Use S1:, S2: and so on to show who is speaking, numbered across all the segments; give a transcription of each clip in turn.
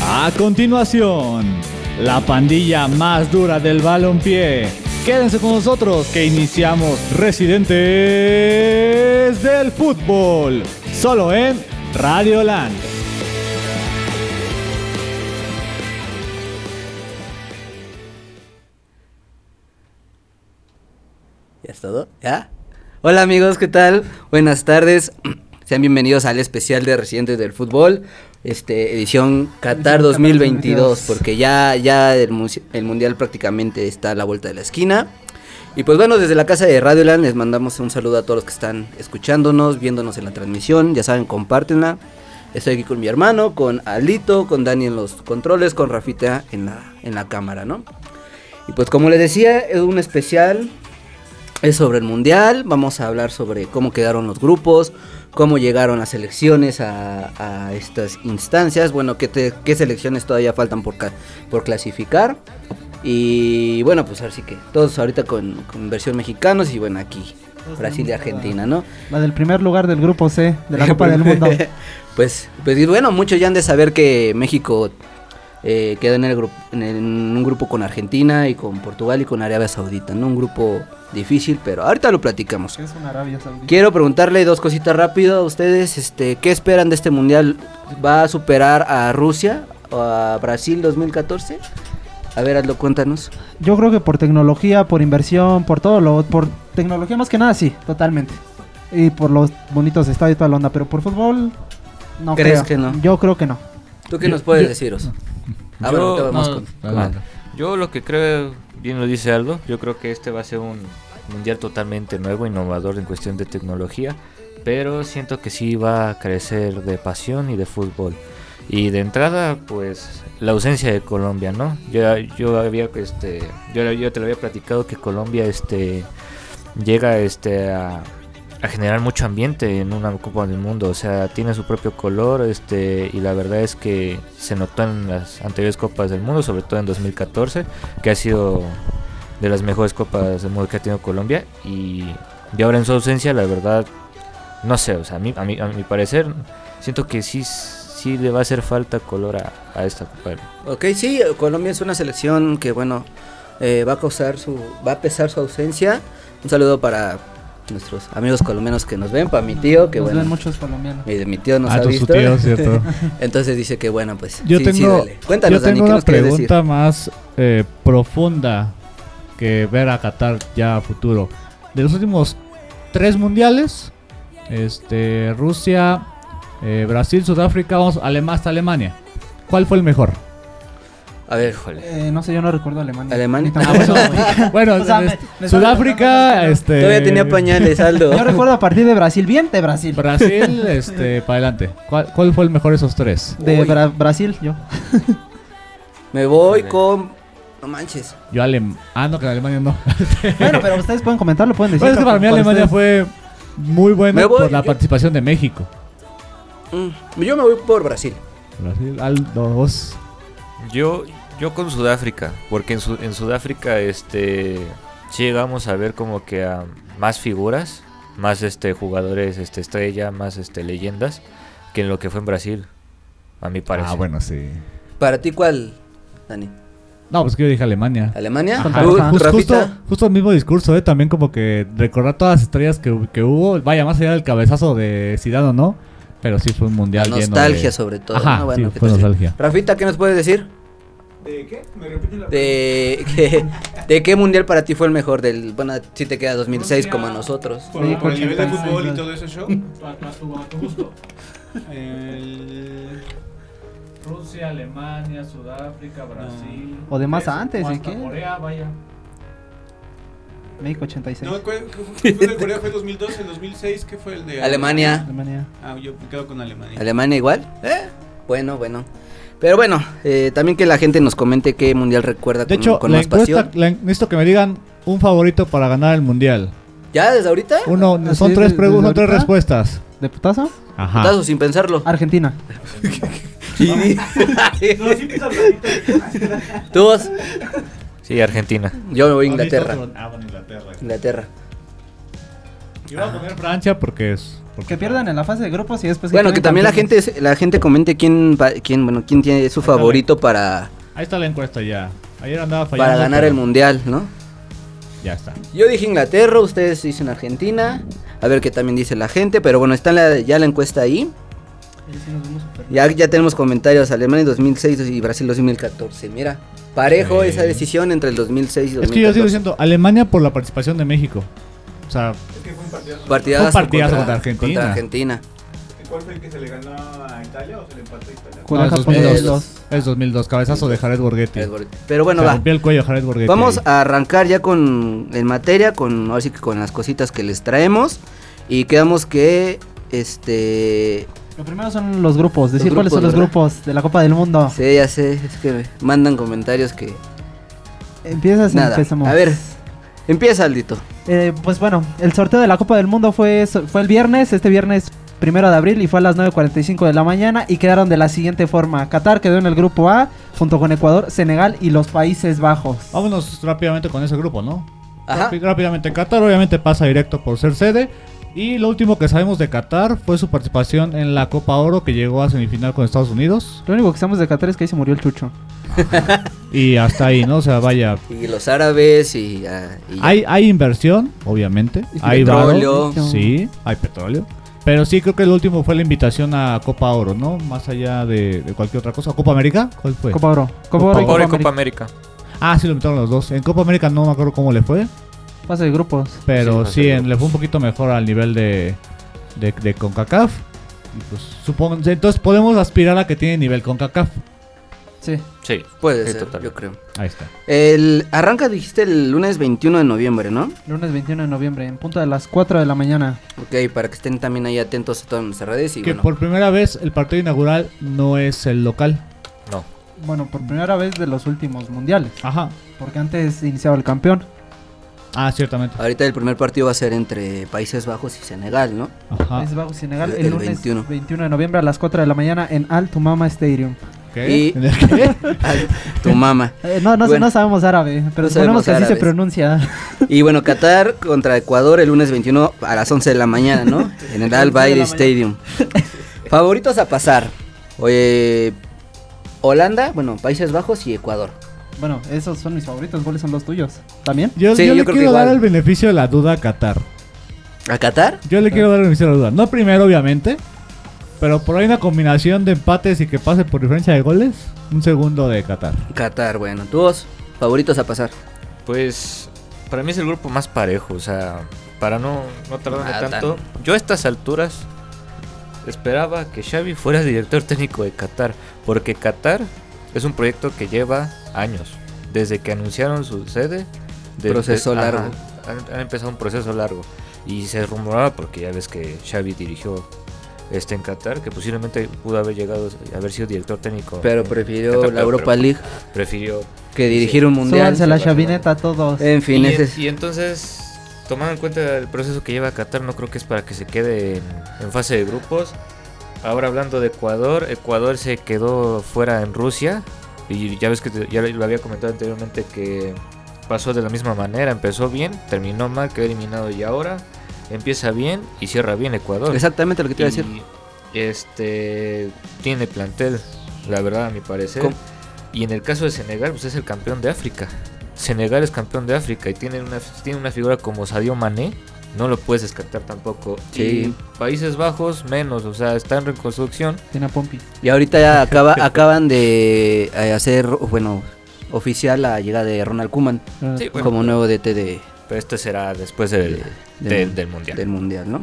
S1: A continuación, la pandilla más dura del balompié. Quédense con nosotros que iniciamos Residentes del Fútbol, solo en Radio Land.
S2: ¿Ya es todo? ¿Ya? Hola amigos, ¿qué tal? Buenas tardes. Sean bienvenidos al especial de Residentes del Fútbol, este edición Qatar 2022, porque ya ya el, mu- el mundial prácticamente está a la vuelta de la esquina. Y pues bueno, desde la casa de Radio Land les mandamos un saludo a todos los que están escuchándonos, viéndonos en la transmisión, ya saben, compártenla. Estoy aquí con mi hermano, con Alito, con Dani en los controles, con Rafita en la en la cámara, ¿no? Y pues como les decía, es un especial es sobre el mundial, vamos a hablar sobre cómo quedaron los grupos, cómo llegaron las selecciones a, a estas instancias, bueno, qué, te- qué selecciones todavía faltan por, ca- por clasificar. Y bueno, pues así que todos ahorita con, con versión mexicanos y bueno, aquí, Brasil y Argentina, ¿no?
S3: La del primer lugar del grupo C de la Copa del Mundo.
S2: pues, pues y bueno, muchos ya han de saber que México eh, quedó en, el grup- en el- en un grupo con Argentina y con Portugal y con Arabia Saudita, ¿no? Un grupo difícil, pero ahorita lo platicamos.
S3: Es una Arabia Saudita.
S2: Quiero preguntarle dos cositas rápido a ustedes, este, ¿qué esperan de este mundial? ¿Va a superar a Rusia o a Brasil 2014? A ver, hazlo, cuéntanos.
S3: Yo creo que por tecnología, por inversión, por todo lo. Por tecnología más que nada, sí, totalmente. Y por los bonitos estadios y toda la onda. Pero por fútbol, no
S2: ¿Crees
S3: creo.
S2: que no?
S3: Yo creo que no.
S2: ¿Tú qué nos puedes decir, Oso? Ah, bueno,
S4: Yo-
S2: te vamos
S4: no,
S2: con-
S4: no. Yo lo que creo, bien lo dice Aldo, yo creo que este va a ser un mundial totalmente nuevo, innovador en cuestión de tecnología, pero siento que sí va a crecer de pasión y de fútbol. Y de entrada, pues la ausencia de Colombia, ¿no? Yo, yo había este yo, yo te lo había platicado que Colombia este llega este a, a generar mucho ambiente en una Copa del Mundo, o sea, tiene su propio color, este, y la verdad es que se notó en las anteriores Copas del Mundo, sobre todo en 2014, que ha sido de las mejores Copas del Mundo que ha tenido Colombia, y, y ahora en su ausencia, la verdad, no sé, o sea, a, mí, a, mí- a mi parecer, siento que sí, sí le va a hacer falta color a, a esta Copa del
S2: Ok, sí, Colombia es una selección que, bueno, eh, va a causar su, va a pesar su ausencia. Un saludo para nuestros amigos colombianos que nos ven, para mi tío, que
S3: Nos ven
S2: bueno,
S3: muchos colombianos.
S2: mi, mi tío nos
S1: Ah,
S2: ha
S1: tú, su
S2: visto.
S1: tío, cierto.
S2: Entonces dice que, bueno, pues,
S1: Yo
S2: sí, sí,
S1: tengo,
S2: duele. Cuéntanos,
S1: yo tengo
S2: Dani, ¿qué
S1: una
S2: nos quieres decir?
S1: pregunta más eh, profunda que ver a Qatar ya a futuro. De los últimos tres mundiales, este, Rusia, eh, Brasil, Sudáfrica, vamos, Alema- hasta Alemania. ¿Cuál fue el mejor?
S2: A ver,
S4: Híjole.
S3: Eh, no sé, yo no recuerdo Alemania.
S2: Alemania.
S3: Ni tampoco, güey.
S1: Bueno,
S3: O sea,
S1: en
S3: me-
S1: este-
S3: me estaba recordando
S1: Sudáfrica,
S3: que-
S1: este,
S2: todavía tenía pañales, Aldo.
S3: Yo recuerdo a partir de Brasil. Bien de Brasil.
S1: Brasil, este, para adelante. ¿Cuál, cuál fue el mejor de esos tres?
S3: de
S2: Uy.
S3: Bra- Brasil, yo.
S2: Me voy
S4: Híjole.
S2: con... No manches.
S1: Yo Alem, ah no, que Alemania no.
S3: Bueno, pero ustedes pueden comentarlo, pueden decir.
S1: Pero es que para mí
S3: Por
S1: Alemania
S3: ustedes.
S1: fue muy buena
S2: Me voy,
S1: por la
S2: yo-
S1: participación de México.
S2: Mm, yo me voy por Brasil.
S1: Brasil, Aldo, vos.
S4: Yo, yo con Sudáfrica, porque en, Su- en Sudáfrica este, sí llegamos a ver como que a más figuras, más este, jugadores este, estrella, más este, leyendas, que en lo que fue en Brasil, a mi parecer.
S1: Ah, bueno, sí.
S2: ¿Para ti cuál, Dani?
S1: No, pues que yo dije Alemania.
S2: ¿Alemania?
S3: Ajá.
S2: ¿Tú,
S3: Ajá.
S2: tú,
S1: Jus- justo,
S2: Rafita?
S1: justo el mismo discurso, ¿eh? También como que recordar todas las estrellas que, que hubo. Vaya, más allá del cabezazo de Zidane o no. Pero sí fue un mundial lleno de-
S2: nostalgia sobre todo.
S1: Ajá,
S2: ¿no?
S1: sí,
S2: ¿qué
S1: fue
S2: te-
S1: nostalgia.
S2: Rafita, ¿qué nos puedes decir? ¿De qué? ¿De qué mundial para ti fue el mejor? Del, bueno, si te queda 2006 como a nosotros.
S5: Por,
S3: Sí,
S5: por el nivel de
S3: 86,
S5: fútbol y
S3: claro.
S5: todo eso yo. El...
S6: Rusia, Alemania, Sudáfrica, Brasil.
S3: O de más
S6: Eso,
S3: antes,
S6: o
S3: ¿en
S6: hasta
S3: qué?
S6: Corea, vaya.
S3: México 86.
S5: No, ¿cuál- ¿qué fue el de Corea? Fue 2012, el 2006, ¿qué fue el de
S2: Alemania.
S3: Alemania.
S5: Ah, yo me quedo con Alemania.
S2: ¿Alemania igual? ¿Eh? Bueno, bueno. Pero bueno, eh, también que la gente nos comente qué mundial recuerda
S1: De
S2: con,
S1: hecho,
S2: con
S1: la
S2: más pasión.
S1: encuesta, la en- necesito que me digan un favorito para ganar el mundial.
S2: ¿Ya desde ahorita?
S1: Uno,
S3: ¿Ah,
S1: son
S3: sí?
S1: tres
S3: ¿Desde
S1: preguntas, son tres
S3: ahorita?
S1: respuestas.
S3: ¿De putazo?
S1: Ajá. Ah,
S2: Putazo, sin pensarlo.
S3: Argentina.
S2: Y- ¿Tú vas?
S4: Sí, Argentina.
S2: Yo me voy a Inglaterra. Inglaterra.
S1: Yo voy a poner Francia porque es porque-
S3: Que pierdan en la fase de grupos y después...
S2: Bueno, que
S3: queden
S2: también la gente,
S3: campeones.
S2: se- la gente comente quién, va- quién, bueno, quién tiene su
S1: está,
S2: favorito para,
S1: Ahí está la encuesta ya. Ayer andaba fallando.
S2: para ganar
S1: pero
S2: el mundial, ¿no?
S1: Ya está.
S2: Yo dije Inglaterra, ustedes dicen Argentina. A ver qué también dice la gente. Pero bueno, está la- ya la encuesta ahí. Ya, ya tenemos comentarios. Alemania 2006 y Brasil 2014. Mira, parejo
S1: Sí.
S2: esa decisión entre el 2006 y
S1: Es que yo sigo
S2: 2014.
S1: diciendo Alemania por la participación de México. O sea,
S2: Partidazo
S1: Un partidazo
S2: contra,
S1: contra Argentina.
S2: contra Argentina.
S5: ¿Cuál fue el que se le ganó a Italia o se le empató a Italia?
S3: Con
S1: no,
S3: la
S1: es
S3: Japón
S1: 2002.
S2: pues,
S3: 2002.
S1: es 2002, cabezazo de Jared Borghetti.
S2: Pero bueno,
S1: Se
S2: va.
S1: rompió el cuello a Jared Borghetti.
S2: Vamos
S1: ahí.
S2: a arrancar ya con en materia, con ahora sí que con las cositas que les traemos. Y quedamos que este
S3: Lo primero son los grupos, decir
S2: Los
S3: cuáles son los
S2: grupos,
S3: grupos de la Copa del Mundo.
S2: sí, ya sé, es que me mandan comentarios que
S3: Empiezas y
S2: nada.
S3: empezamos.
S2: A ver, empieza Aldito.
S3: Eh, pues bueno, el sorteo de la Copa del Mundo fue, so- fue el viernes, este viernes primero de abril y fue a las 9.45 de la mañana y quedaron de la siguiente forma. Qatar quedó en el grupo A junto con Ecuador, Senegal y los Países Bajos.
S1: Vámonos rápidamente con ese grupo, ¿no?
S2: Ajá.
S1: Rápi- Rápidamente, Qatar obviamente pasa directo por ser sede. Y lo último que sabemos de Qatar fue su participación en la Copa Oro que llegó a semifinal con Estados Unidos.
S3: Lo único que sabemos de Qatar es que ahí se murió el chucho.
S1: Y hasta ahí, ¿no? O sea, vaya.
S2: Y los árabes y, ah, y ya.
S1: Hay, hay inversión, obviamente. Hay varo.
S2: petróleo.
S1: Sí, hay petróleo. Pero sí, creo que el último fue la invitación a Copa Oro, ¿no? Más allá de, de cualquier otra cosa. ¿Copa América? ¿Cuál fue?
S3: Copa Oro. Copa
S1: Copa
S3: Oro y Copa
S4: Ahora en Copa
S3: América.
S4: América.
S1: Ah, sí, lo invitaron los dos. En Copa América no me acuerdo cómo le fue.
S3: Fase de grupos.
S1: Pero
S4: Sí,
S1: sí,
S4: fue
S1: en-
S4: seguro.
S1: le fue un poquito mejor al nivel de, de, de CONCACAF. Y pues supongo, entonces podemos aspirar a que tiene nivel CONCACAF.
S3: Sí.
S4: Sí.
S2: Puede
S4: sí,
S2: ser,
S4: total.
S2: yo creo.
S1: Ahí está.
S2: El arranca dijiste el lunes 21 de noviembre, ¿no?
S3: Lunes 21 de noviembre, en punto de las 4 de la mañana.
S2: Ok, para que estén también ahí atentos a todas nuestras redes y
S1: que
S2: bueno.
S1: por primera vez el partido inaugural no es el local.
S4: No.
S3: Bueno, por primera vez de los últimos mundiales,
S1: Ajá.
S3: porque antes iniciaba el campeón.
S1: Ah, ciertamente.
S2: Ahorita el primer partido va a ser entre Países Bajos y Senegal, ¿no?
S1: Ajá.
S3: Países Bajos y Senegal
S2: El-
S3: el,
S2: el
S3: lunes
S2: 21.
S3: 21. de noviembre a las 4 de la mañana en Altumama Stadium.
S1: ¿Qué?
S2: Y- Ay, tu mamá.
S3: Eh, no, no,
S2: Bueno.
S3: no sabemos árabe, pero
S2: No
S3: suponemos
S2: sabemos
S3: que así se
S2: árabes.
S3: pronuncia.
S2: Y bueno, Qatar contra Ecuador el lunes 21 a las 11 de la mañana, ¿no? En el Al Bailey Stadium. Favoritos a pasar. Oye, Holanda, bueno, Países Bajos y Ecuador.
S3: Bueno, esos son mis favoritos, ¿cuáles son los tuyos? ¿También?
S1: Yo,
S2: Sí,
S1: yo
S2: yo
S1: le
S2: creo que
S1: quiero dar
S2: igual.
S1: el beneficio de la duda a Qatar.
S2: ¿A Qatar?
S1: Yo le quiero dar el beneficio de la duda. No primero, obviamente. Pero por ahí una combinación de empates y que pase por diferencia de goles. Un segundo de Qatar.
S2: Qatar, bueno. ¿Tú vos? Favoritos a pasar.
S4: Pues para mí es el grupo más parejo, o sea, para no, no tardarme
S2: Ah,
S4: tanto. Yo a estas alturas esperaba que Xavi fuera director técnico de Qatar, porque Qatar es un proyecto que lleva años, desde que anunciaron su sede.
S2: Proceso
S4: ajá,
S2: largo.
S4: han, han empezado un proceso largo y se rumoraba, porque ya ves que Xavi dirigió este en Qatar, que posiblemente pudo haber llegado, haber sido director técnico.
S2: Pero
S4: en
S2: prefirió la
S4: Qatar, Oh. pero- pues,
S2: Europa
S4: pero
S2: League
S4: Prefirió
S2: que dirigir un mundial. Eh.
S3: Súbanse la
S4: Barcelona.
S3: chavineta a todos.
S2: En fin,
S4: y,
S2: ese
S4: en-
S2: es-
S4: y entonces, tomando en cuenta el proceso que lleva Qatar, no creo que es para que se quede en, en fase de grupos. Ahora hablando de Ecuador, Ecuador se quedó fuera en Rusia. Y ya ves que te- ya lo había comentado anteriormente que pasó de la misma manera. Empezó bien, terminó mal, quedó eliminado y ahora empieza bien y cierra bien Ecuador.
S2: exactamente lo que te iba a decir.
S4: Y, Este tiene plantel, la verdad, a mi parecer.
S2: ¿Cómo?
S4: Y en el caso de Senegal, pues es el campeón de África. Senegal es campeón de África y tiene una, tiene una figura como Sadio Mané. No lo puedes descartar tampoco.
S2: Sí.
S4: Y Países Bajos, menos. O sea, está en reconstrucción.
S3: Tiene a Pompi.
S2: Y ahorita ya acaba, acaban de eh, hacer, bueno, oficial la llegada de Ronald Koeman
S3: Eh,
S4: Sí, bueno,
S2: como nuevo DT de,
S4: Pero este será después del,
S2: De-
S4: del-
S2: del-
S4: del Mundial.
S2: del mundial, ¿no?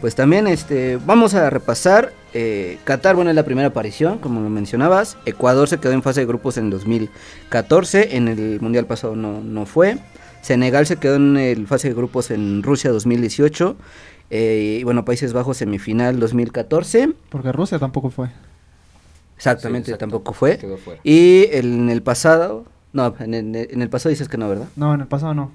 S2: Pues también este, vamos a repasar. eh, Qatar, bueno, es la primera aparición, como lo mencionabas. Ecuador se quedó en fase de grupos en 2014, en el mundial pasado no, no fue. Senegal se quedó en el fase de grupos en Rusia 2018. eh, y bueno, Países Bajos semifinal 2014.
S3: Porque Rusia tampoco fue.
S2: Exactamente,
S4: exacto.
S2: tampoco fue.
S4: Quedó fuera.
S2: Y el- en el pasado, no, en el, en el pasado dices que no, ¿verdad?
S3: No, en el pasado no.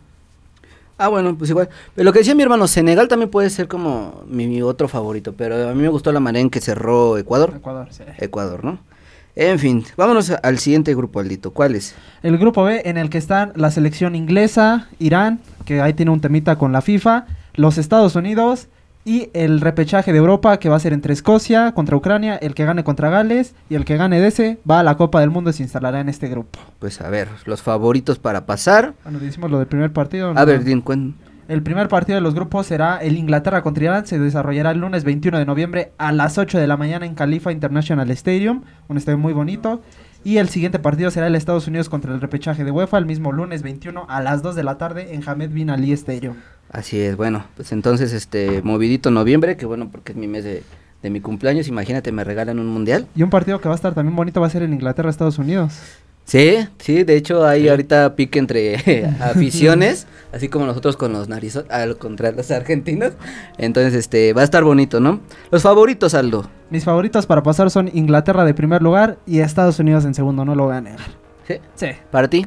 S2: Ah, bueno, pues igual. Pero lo que decía mi hermano, Senegal también puede ser como mi, mi otro favorito, pero a mí me gustó la manera en que cerró Ecuador.
S3: Ecuador, sí.
S2: Ecuador, ¿no? En fin, vámonos a- al siguiente grupo, Aldito. ¿Cuál es?
S3: El grupo B en el que están la selección inglesa, Irán, que ahí tiene un temita con la FIFA, los Estados Unidos Y el repechaje de Europa que va a ser entre Escocia contra Ucrania, el que gane contra Gales y el que gane de ese va a la Copa del Mundo y se instalará en este grupo.
S2: Pues a ver, los favoritos para pasar.
S3: Bueno, decimos lo del primer partido. ¿no?
S2: Aberdeen, ¿cuán-
S3: El primer partido de los grupos será el Inglaterra contra Irán. Se desarrollará el lunes 21 de noviembre a las 8 de la mañana en Califa International Stadium, un estadio muy bonito. Y el siguiente partido será el Estados Unidos contra el repechaje de UEFA el mismo lunes 21 a las 2 de la tarde en Hamed Bin Ali Stadium.
S2: Así es, bueno, pues entonces este movidito noviembre, que bueno, porque es mi mes de, de mi cumpleaños, imagínate, me regalan un mundial.
S3: Y un partido que va a estar también bonito va a ser en Inglaterra-Estados Unidos.
S2: Sí, sí, de hecho hay ahorita pique entre aficiones, así como nosotros con los narizos, al contra los argentinos. Entonces, este, va a estar bonito, ¿no? Los favoritos, Aldo.
S3: Mis favoritos para pasar son Inglaterra de primer lugar y Estados Unidos en segundo, no lo voy a negar.
S2: ¿sí?
S3: Sí.
S2: Para ti.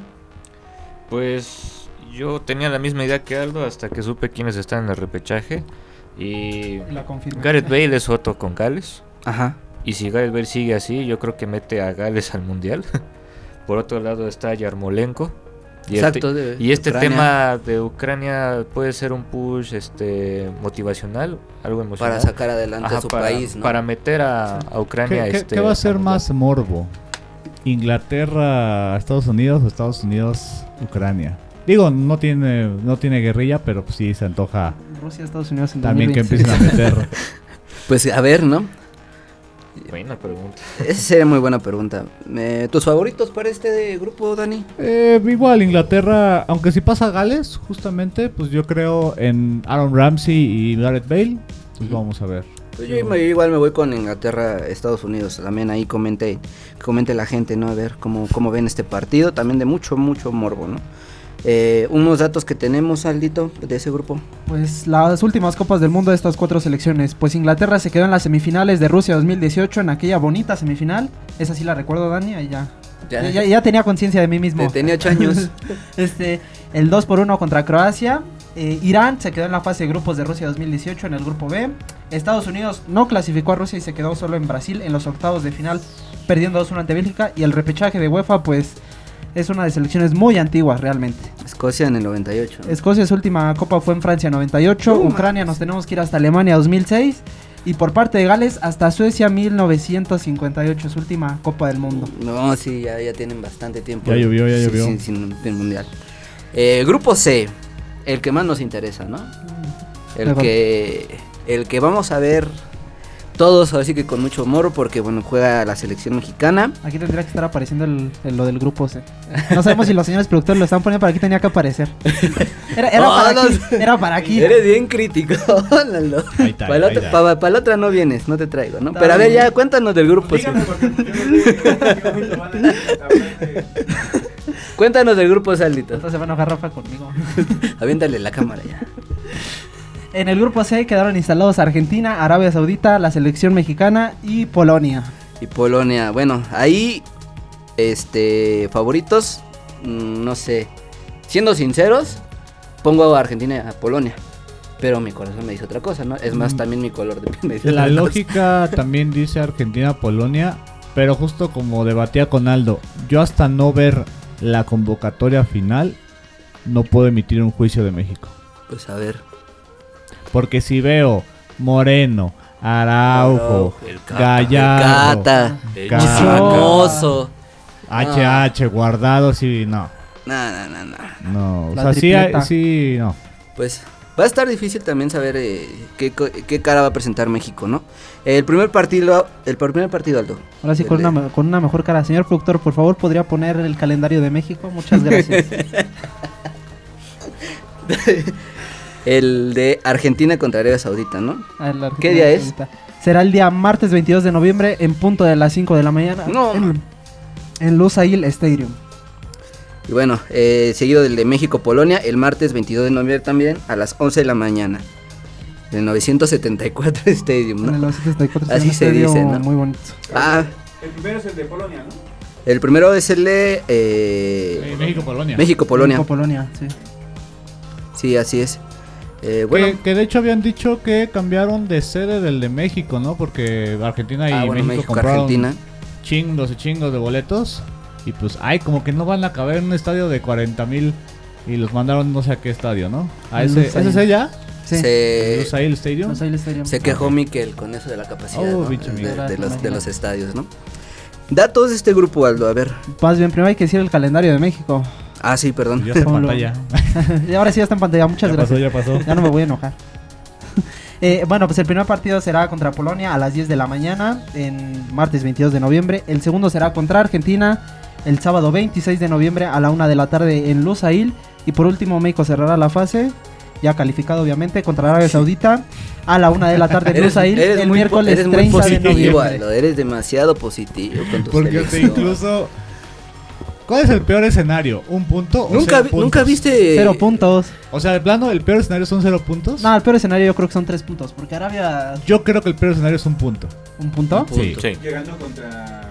S4: Pues yo tenía la misma idea que Aldo hasta que supe quiénes están en el repechaje. Y
S3: La confirmo.
S4: Gareth Bale es otro con Gales.
S2: Ajá.
S4: Y si Gareth Bale sigue así, yo creo que mete a Gales al mundial. Por otro lado está Yarmolenko. Y el
S2: Exacto,
S4: te-
S2: de
S4: y este
S2: Ucrania.
S4: tema de Ucrania puede ser un push este motivacional, algo emocional.
S2: Pues, Para sacar adelante
S4: Ajá,
S2: a su
S4: para,
S2: país, ¿no?
S4: para meter a, a Ucrania.
S1: ¿Qué, qué-
S4: este,
S1: qué va a ser
S4: al mundial.
S1: más morbo? ¿Inglaterra, Estados Unidos o Estados Unidos, Ucrania? Digo, no tiene, no tiene guerrilla, pero pues sí se antoja
S3: Rusia, Estados Unidos en
S1: también que empiecen
S3: 2026.
S1: a meter.
S2: Pues a ver, ¿no?
S4: Buena pregunta.
S2: Esa sería muy buena pregunta. Eh, ¿Tus favoritos para este de grupo, Dani?
S1: Eh, igual Inglaterra, aunque si pasa Gales, justamente, pues yo creo en Aaron Ramsey y Gareth Bale. Pues
S2: Ujú.
S1: vamos a ver.
S2: Pues yo me- igual me voy con Inglaterra, Estados Unidos. También ahí comente, comente la gente, ¿no? A ver cómo, cómo ven este partido. También de mucho, mucho morbo, ¿no? Eh, unos datos que tenemos, Aldito, de ese grupo.
S3: Pues las últimas copas del mundo de estas cuatro selecciones. Pues Inglaterra se quedó en las semifinales de Rusia 2018 en aquella bonita semifinal. Esa sí la recuerdo, Dani, ahí ya. Ya, ya- ya tenía conciencia de mí mismo.
S2: Te- tenía ocho años.
S3: Este, el 2 por 1 contra Croacia. Eh, Irán se quedó en la fase de grupos de Rusia 2018 en el grupo B. Estados Unidos no clasificó a Rusia y se quedó solo en Brasil en los octavos de final, perdiendo 2-1 ante Bélgica. Y el repechaje de UEFA, pues, es una de selecciones muy antiguas realmente.
S2: Escocia en el 98. ¿no?
S3: Escocia su última copa fue en Francia 98,
S2: No
S3: Ucrania nos tenemos que ir hasta Alemania 2006 y por parte de Gales hasta Suecia 1958 su última copa del mundo.
S2: No, sí, ya, ya tienen bastante tiempo.
S1: Ya llovió, ya
S2: Sí,
S1: llovió.
S2: Sin, sin- sin mundial. Eh, grupo C, el que más nos interesa, ¿no? El
S3: Ajá.
S2: que, el que vamos a ver todos, así que con mucho morro, porque bueno, juega la selección mexicana.
S3: Aquí tendría que estar apareciendo el- el- lo del grupo C. No sabemos si los señores productores lo están poniendo, pero aquí tenía que aparecer. Era, era
S2: No,
S3: para
S2: Oh, no
S3: aquí,
S2: sé.
S3: era para aquí.
S2: Eres bien crítico, Lalo.
S1: Ahí está,
S2: Para la,
S1: ahí
S2: otra,
S1: está.
S2: pa- pa' la otra no vienes, no te traigo, ¿no?
S3: Está
S2: Pero a ver,
S3: bien.
S2: ya cuéntanos del grupo
S3: Pues
S2: C.
S5: Díganme, Pues porque yo no prácticamente van a hablar de-
S2: Cuéntanos del grupo Saldito.
S3: Entonces se va a enojar Rafa conmigo.
S2: Aviéntale la cámara ya.
S3: En el grupo C quedaron instalados Argentina, Arabia Saudita, la selección mexicana y Polonia.
S2: Y Polonia, bueno, ahí, este, favoritos, mm, no sé. Siendo sinceros, pongo a Argentina y a Polonia. Pero mi corazón me dice otra cosa, ¿no? Es más,
S1: Mm.
S2: también mi color de piel me dice
S1: La
S2: otra cosa.
S1: lógica también dice Argentina-Polonia, pero justo como debatía con Aldo, yo hasta no ver la convocatoria final no puedo emitir un juicio de México.
S2: Pues a ver.
S1: Porque si veo Moreno, Araujo,
S2: El Cata.
S1: Gallardo,
S2: El
S1: Cata.
S2: Cata. Ah. Hermoso.
S1: HH, Guardado, sí, no.
S2: No, no, no, no.
S1: No, o
S3: La
S1: sea, sí, hay-
S3: tripleta.
S1: sí, no.
S2: Pues va a estar difícil también saber eh, qué, co- qué cara va a presentar México, ¿no? El primer partido, el primer partido, Aldo.
S3: Ahora sí, con
S2: Dele.
S3: una, me- con una mejor cara. Señor productor, por favor, ¿podría poner el calendario de México? Muchas gracias.
S2: El de Argentina contra Arabia Saudita, ¿no?
S3: A Ah, la
S2: ¿Qué día es?
S3: Argentina. Será el día martes 22 de noviembre en punto de las 5 de la mañana.
S2: No,
S3: Ah, En, en Lusail Stadium.
S2: Y bueno, eh, seguido del de México-Polonia, el martes 22 de noviembre también, a las 11 de la mañana. De 974 Stadium,
S3: En el
S2: ¿no?
S3: 274
S2: Así
S3: Stadium,
S2: se
S3: estadio
S2: dice, ¿no?
S3: Muy bonito.
S2: Ah,
S5: El primero es el de Polonia, ¿no?
S2: el primero es el de eh,
S1: México-Polonia.
S2: México-Polonia.
S3: México, Polonia, sí.
S2: Sí, así es. Eh, bueno,
S1: que, que de hecho habían dicho que cambiaron de sede del de México, ¿no? Porque Argentina y
S2: ah, bueno,
S1: México, compraron
S2: México-Argentina.
S1: chingos y chingos de boletos. Y pues, ay, como que no van a caber en un estadio de 40 mil. Y los mandaron no sé a qué estadio, ¿no? A
S3: No
S1: ese,
S3: sé.
S1: ¿Ese es ella?
S3: Sí.
S2: se,
S1: Lusail Stadium.
S3: Los Oil Stadium.
S2: se quejó Miquel con eso de la capacidad
S1: Oh,
S2: ¿no?
S1: bicho,
S2: de,
S1: Miquel.
S2: de los, de los estadios, ¿no? Datos de este grupo, Aldo, a ver.
S3: Más bien, primero hay que decir el calendario de México.
S2: Ah, sí, perdón.
S1: Ya está en
S3: Ponlo.
S1: pantalla.
S3: y ahora sí ya está en pantalla, muchas
S1: ya
S3: gracias.
S1: pasó, ya pasó.
S3: Ya no me voy a enojar. Eh, bueno, pues el primer partido será contra Polonia a las 10 de la mañana, en martes 22 de noviembre. El segundo será contra Argentina el sábado 26 de noviembre a la 1 de la tarde en Lusail. Y por último, México cerrará la fase, ya calificado obviamente, contra Arabia Saudita a la 1 de la tarde en
S2: Eres,
S3: Lusail.
S2: eres
S3: el
S2: muy, po-
S3: miércoles
S2: eres muy
S3: 30 de
S2: positivo,
S3: noviembre.
S2: Aldo. Eres demasiado positivo con tu
S1: Porque te
S2: selección.
S1: incluso. ¿Cuál es el peor escenario? ¿Un punto? O
S2: ¿Nunca,
S1: cero
S2: vi-
S1: puntos?
S2: ¿Nunca viste...?
S3: Cero puntos.
S1: O sea, de plano, el peor escenario son cero puntos.
S3: No, el peor escenario yo creo que son tres puntos, porque Arabia...
S1: Yo creo que el peor escenario es un punto.
S3: ¿Un punto?
S2: Sí.
S4: Sí.
S5: Llegando contra.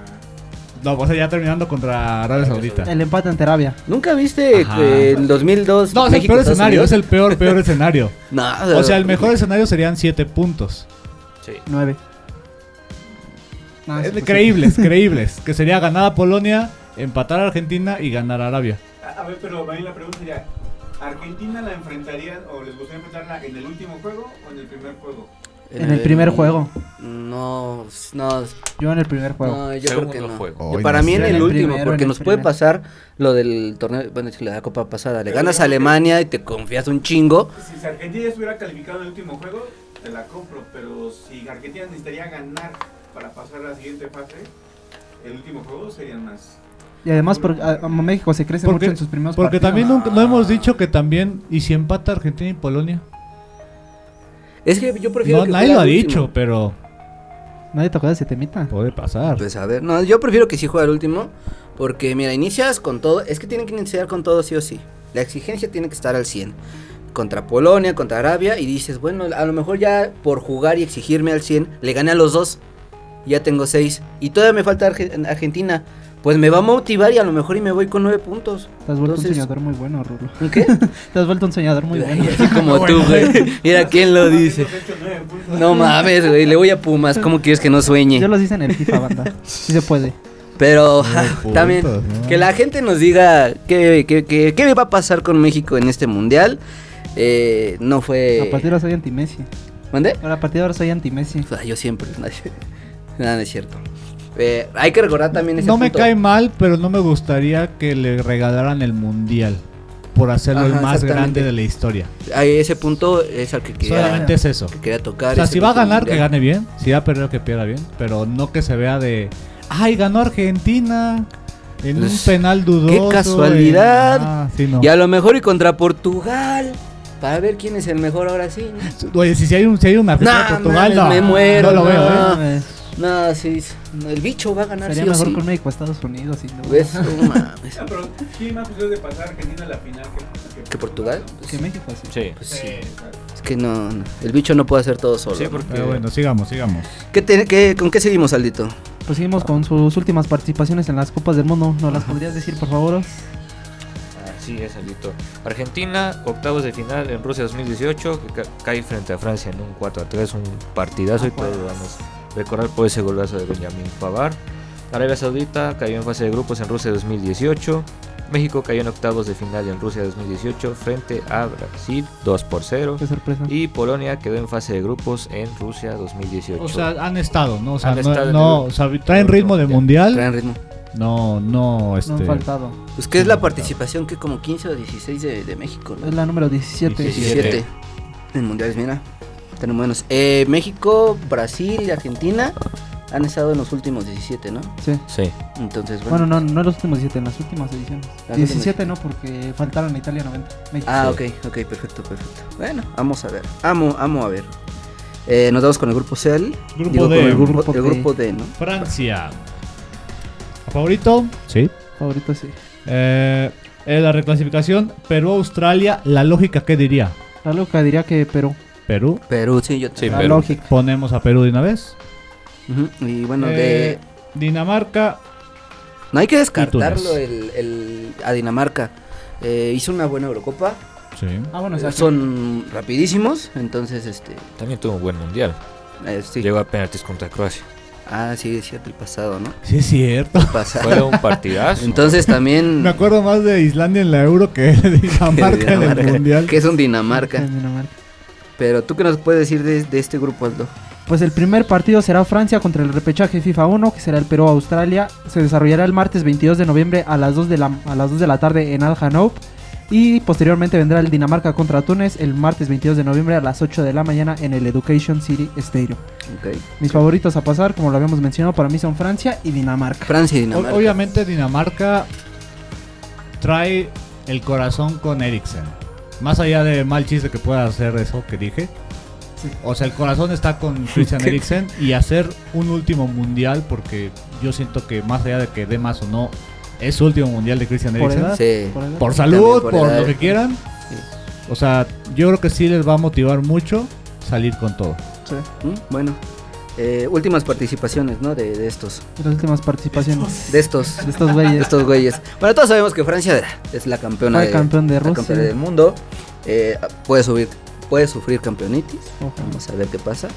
S1: No, o sea, ya terminando contra Arabia Saudita.
S3: El empate ante Arabia.
S2: ¿Nunca viste eh,
S1: Ajá.
S2: que en 2002
S1: No, es el
S2: México,
S1: peor
S2: Estados
S1: escenario,
S2: Unidos?
S1: es el peor, peor escenario.
S2: No,
S1: O sea, el mejor escenario serían siete puntos.
S4: Sí.
S3: 9. Ah,
S1: Eh,
S3: pues
S1: creíbles, creíbles. Que sería ganar a Polonia, empatar a Argentina y ganar a Arabia.
S5: A, a ver, pero también la pregunta sería: ¿Argentina la enfrentarían o les gustaría enfrentarla en el último juego o en el primer juego?
S3: En el primer juego.
S2: Mm, No, no,
S3: Yo en el primer juego.
S2: no, yo creo
S4: Segundo
S2: que no.
S4: juego.
S2: Yo
S1: Hoy
S2: para
S1: no
S2: mí en
S1: sé.
S2: el,
S3: En el
S2: último,
S3: primero,
S2: porque
S3: en el
S2: nos puede
S3: primero.
S2: pasar lo del torneo, bueno, si la copa pasada, le
S5: Pero
S2: ganas a
S5: digamos que-
S2: Alemania y te confías un chingo.
S5: Si si Argentina ya estuviera calificado en el último juego, te la compro. Pero si Argentina necesitaría ganar para pasar a la siguiente fase, el último juego sería más.
S3: Y además por, a- a México se crece
S1: Porque-
S3: mucho en sus primeros
S1: Porque
S3: partidos.
S1: también nunca- no hemos dicho que también. ¿Y si empata Argentina y Polonia?
S2: Es que yo prefiero
S1: No,
S2: que
S1: nadie
S2: juegue
S1: lo ha
S2: al último.
S1: dicho, pero
S3: Nadie tocó ese temita.
S1: puede pasar.
S2: Pues a ver, no, yo prefiero que sí juegue al último, porque mira, inicias con todo, es que tienen que iniciar con todo sí o sí. La exigencia tiene que estar al 100. Contra Polonia, contra Arabia, y dices, bueno, a lo mejor ya por jugar y exigirme al 100, le gané a los dos, ya tengo 6, y todavía me falta Arge- Argentina. Pues me va a motivar y a lo mejor y me voy con 9 puntos.
S3: Te has vuelto
S2: Entonces-
S3: un soñador muy bueno, Rulo.
S2: ¿Qué?
S3: Te has vuelto un soñador muy bueno.
S2: Así como tú, güey. Mira quién lo dice.
S5: Hemos hecho nueve puntos.
S2: No mames, güey. Le voy a Pumas. ¿Cómo quieres que no sueñe?
S3: Yo los hice en el FIFA, banda. Sí se puede.
S2: Pero
S1: Nueve puntos,
S2: también
S1: ¿no?
S2: que la gente nos diga qué, qué, qué, qué va a pasar con México en este mundial. Eh, no fue.
S3: A partir de ahora soy anti-Messi.
S2: ¿Mandé?
S3: Ahora, A partir de ahora soy anti-Messi.
S2: Ah, yo siempre. Nada, no es cierto. Eh, hay que recordar también ese
S1: No me
S2: punto.
S1: cae mal, pero no me gustaría que le regalaran el mundial por hacerlo
S2: Ajá,
S1: el más
S2: exactamente.
S1: grande de la historia.
S2: Ah, Ese punto es al que quería,
S1: Solamente es eso.
S2: que quería tocar.
S1: O sea,
S2: ese
S1: si va a
S2: punto
S1: ganar, que
S2: mundial.
S1: gane bien. Si va a perder, que pierda bien. Pero no que se vea de. ¡Ay, ganó Argentina! En un
S2: Pues,
S1: penal dudoso.
S2: casualidad.
S1: en- Ah, sí, no.
S2: Y a lo mejor y contra Portugal. Para ver quién es el mejor ahora sí. ¿no?
S1: Oye, si, si hay un, si hay un Argentina
S2: Nah,
S1: Portugal,
S2: mames,
S1: no.
S2: me muero,
S1: No lo veo,
S2: no.
S1: ¿eh?
S3: Eh,
S2: No, sí, no, el bicho va a ganar
S3: Sería
S2: sí o
S3: mejor
S2: sí.
S3: con México a Estados Unidos. sin duda.
S2: ¿Ves? No mames.
S5: No, pero ¿quién más posibilidades de pasar a Argentina a la final que,
S2: ¿Que Portugal? Pues,
S3: Que México sí.
S4: Sí.
S2: pues sí.
S5: Eh, claro.
S2: Es que no, no, el bicho no puede hacer todo solo.
S4: Sí,
S2: ¿no?
S4: porque
S1: Pero Ah, bueno, sigamos, sigamos.
S2: ¿Qué te- qué- ¿Con qué seguimos, Aldito?
S3: Pues seguimos con sus últimas participaciones en las Copas del Mundo. ¿Nos las podrías decir, por favor?
S4: Así es, Alito. Argentina, octavos de final en Rusia 2018, que ca- cae frente a Francia en un 4 a 3, un partidazo y todos vamos a recordar por ese golazo de Benjamín Pavar. Arabia Saudita cayó en fase de grupos en Rusia 2018. México cayó en octavos de final en Rusia 2018 frente a Brasil 2 por 0.
S3: Qué sorpresa.
S4: Y Polonia quedó en fase de grupos en Rusia 2018.
S1: O sea, han estado, ¿no? O sea,
S4: Han
S1: no,
S4: estado en
S1: no,
S4: el-
S1: o sea, traen ritmo de
S4: Ya,
S1: mundial.
S2: Gran ritmo.
S1: No, no, este.
S3: No han faltado.
S2: Pues que es la participación que como 15 o 16 de, de México, ¿no?
S3: Es la número 17.
S1: 17.
S2: 17 en mundiales, mira. Tenemos buenos. Eh, México, Brasil y Argentina han estado en los últimos 17, ¿no?
S3: Sí.
S4: sí.
S2: Entonces, bueno.
S3: Bueno, no, no en los últimos 17, en las últimas ediciones.
S2: Las
S3: 17 no, porque faltaron a Italia 90. México.
S2: Ah, ok, ok, perfecto, perfecto. Bueno, vamos a ver. Amo, amo a ver. Eh, nos vamos con el grupo C. al-
S1: Grupo
S2: digo, con
S1: D.
S2: el grupo,
S3: Grupo
S2: el
S3: D.
S2: grupo D, ¿no?
S1: Francia. ¿Favorito? Sí.
S3: Favorito sí.
S1: Eh, eh, la reclasificación Perú-Australia, la lógica, ¿qué diría?
S3: La loca diría que Perú.
S1: Perú.
S2: Perú, sí, yo
S4: Sí,
S2: también.
S3: la
S4: Perú.
S3: lógica.
S1: Ponemos a Perú de una vez.
S2: Ujú, Y bueno,
S1: Eh,
S2: de...
S1: Dinamarca.
S2: No hay que
S1: Y
S2: descartarlo
S1: Túnez.
S2: el, el- a Dinamarca. Eh, hizo una buena Eurocopa.
S1: Sí.
S3: Ah, bueno, o sea,
S2: Son rapidísimos, entonces, este...
S4: También tuvo un buen mundial.
S2: eh, sí.
S4: Llegó a penaltis contra Croacia.
S2: Ah, sí, es cierto, el pasado, ¿no?
S1: Sí, es cierto.
S2: El pasado.
S4: Fue un partidazo.
S2: Entonces también...
S1: Me acuerdo más de Islandia en la Euro que de
S2: que
S1: Dinamarca en el
S2: Dinamarca,
S1: Mundial.
S2: Que es un
S3: que
S2: Dinamarca.
S3: en Dinamarca.
S2: Pero tú qué nos puedes decir de, de este grupo, Aldo.
S3: Pues el primer partido será Francia contra el repechaje FIFA 1, que será el Perú-Australia. Se desarrollará el martes 22 de noviembre a las 2 de la, a las 2 de la tarde en Al Hanoub. Y posteriormente vendrá el Dinamarca contra Túnez el martes 22 de noviembre a las 8 de la mañana en el Education City Stadium.
S2: Ok.
S3: Mis favoritos a pasar, como lo habíamos mencionado, para mí son Francia y Dinamarca.
S2: Francia y
S1: O-
S2: Dinamarca.
S1: Obviamente Dinamarca trae el corazón con Eriksen. Más allá del mal chiste que pueda hacer eso que dije. O sea, el corazón está con Christian Eriksen y hacer un último mundial porque yo siento que más allá de que dé más o no, es su último mundial de Christian
S3: Por
S1: Eriksen.
S3: edad,
S2: Sí.
S3: por edad.
S1: Por
S2: También
S1: salud,
S2: por
S1: por,
S2: edad.
S1: lo que quieran.
S2: Sí.
S1: O sea, yo creo que sí les va a motivar mucho salir con todo.
S3: Sí.
S2: Mm, Bueno. Eh, últimas participaciones, ¿no? De, de estos.
S3: Las últimas participaciones
S2: De estos.
S3: de estos
S2: de
S3: güeyes.
S2: estos güeyes. Bueno, todos sabemos que Francia es la campeona
S3: Fue
S2: de-
S3: campeón de
S2: la
S3: Rusia.
S2: campeona del mundo. Eh, puede subir, puede sufrir campeonitis.
S3: Ojalá.
S2: Vamos a ver qué pasa.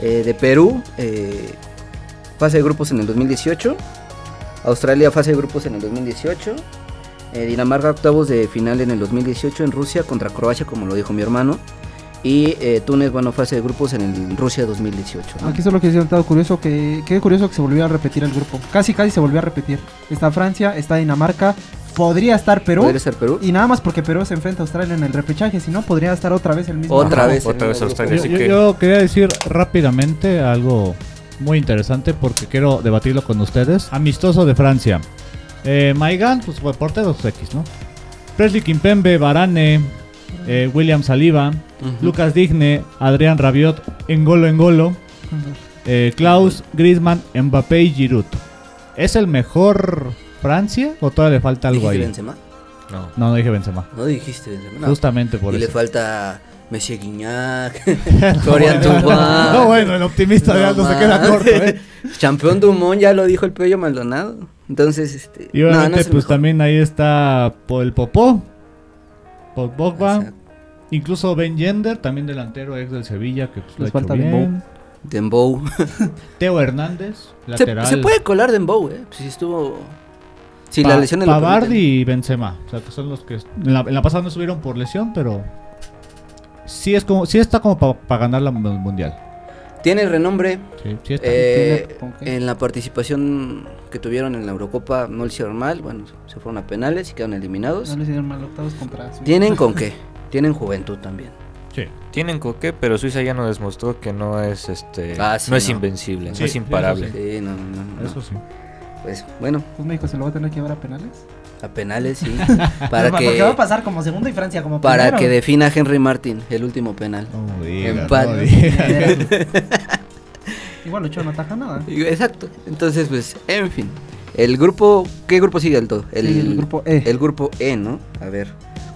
S2: Eh, de Perú, eh, fase de grupos en el 2018. Australia, fase de grupos en el 2018. eh, Dinamarca, octavos de final en el 2018 en Rusia contra Croacia, como lo dijo mi hermano. Y eh, Túnez, bueno, fase de grupos en el Rusia 2018. ¿no?
S3: Aquí solo que un dato curioso que qué curioso que se volvió a repetir el grupo. Casi casi se volvió a repetir. Está Francia, está Dinamarca, podría estar Perú
S2: ¿Podría ser Perú?
S3: y nada más porque Perú se enfrenta a Australia en el repechaje, si no podría estar otra vez el mismo.
S2: Otra
S4: Ajá,
S2: vez.
S4: otra
S2: el
S4: vez
S2: mismo
S4: Australia,
S2: grupo.
S1: Yo, yo-
S4: Así que-
S1: yo quería decir rápidamente algo muy interesante porque quiero debatirlo con ustedes. Amistoso de Francia. Eh, Maigán, pues fue porteros X, ¿no? Presley Kimpembe, Barane, eh, William Saliba,
S2: Ujú.
S1: Lucas Digne, Adrián Rabiot, Engolo Engolo, eh, Klaus, Griezmann, Mbappé y Giroud. ¿Es el mejor Francia o todavía le falta algo
S2: ¿Dijiste
S1: ahí?
S2: Benzema?
S4: No.
S1: No, no dije Benzema.
S2: No dijiste Benzema. no.
S1: Justamente por
S2: y le
S1: eso.
S2: falta Messi Guignac,
S1: No,
S2: Florian
S1: bueno,
S2: Thauvin.
S1: No, bueno, el optimista de Aldo se queda
S2: mames.
S1: corto, ¿eh?
S2: Campeón Dumont, ya lo dijo el Pello Maldonado. Entonces, este.
S1: Y obviamente,
S2: es el
S1: pues
S2: mejor.
S1: también ahí está po- el Popó, Paul Pogba,
S2: Exacto.
S1: incluso Ben Yender, también delantero ex del Sevilla, que pues, lo
S3: Les
S1: ha hecho
S3: falta Dembow.
S1: bien.
S2: Dembow.
S1: Teo Hernández,
S2: Se,
S1: lateral.
S2: se puede colar Dembow, eh. Si estuvo. Si
S1: Pa-
S2: la lesión lo
S1: Pavard
S2: permite.
S1: y Benzema, o sea, que son los que est- en la, en la pasada no subieron por lesión, pero sí es como sí está como para ganar la mu- mundial.
S2: Tiene renombre.
S1: Sí, sí está.
S2: eh,
S3: Tiene- ok.
S2: En la participación que tuvieron en la Eurocopa, no lo hicieron mal. Bueno, se fueron a penales y quedaron eliminados.
S3: No le hicieron mal octavos contra Suiza.
S2: Tienen con qué. Tienen juventud también.
S1: Sí.
S4: Tienen coque, pero Suiza ya nos demostró que no es este
S2: Ah, sí,
S4: no es
S2: no.
S4: invencible,
S1: Sí,
S4: no es imparable.
S1: eso
S2: Sí, no, no, no.
S1: Eso sí.
S2: Pues bueno,
S3: Entonces México se lo va a tener que llevar a penales.
S2: a penales, sí.
S3: Pero,
S2: Para
S3: porque va a
S2: que,
S3: pasar como segundo y Francia como
S2: para
S3: primero.
S2: que defina a Henry Martin el último penal.
S1: No digas, no
S2: Empate.
S1: digas.
S3: Igual Ochoa no ataja nada. ¿eh?
S2: Y- Exacto. Entonces, pues, en fin. El grupo, ¿qué grupo sigue el todo? El,
S3: Sigue el grupo E.
S2: El grupo E, ¿no? A ver,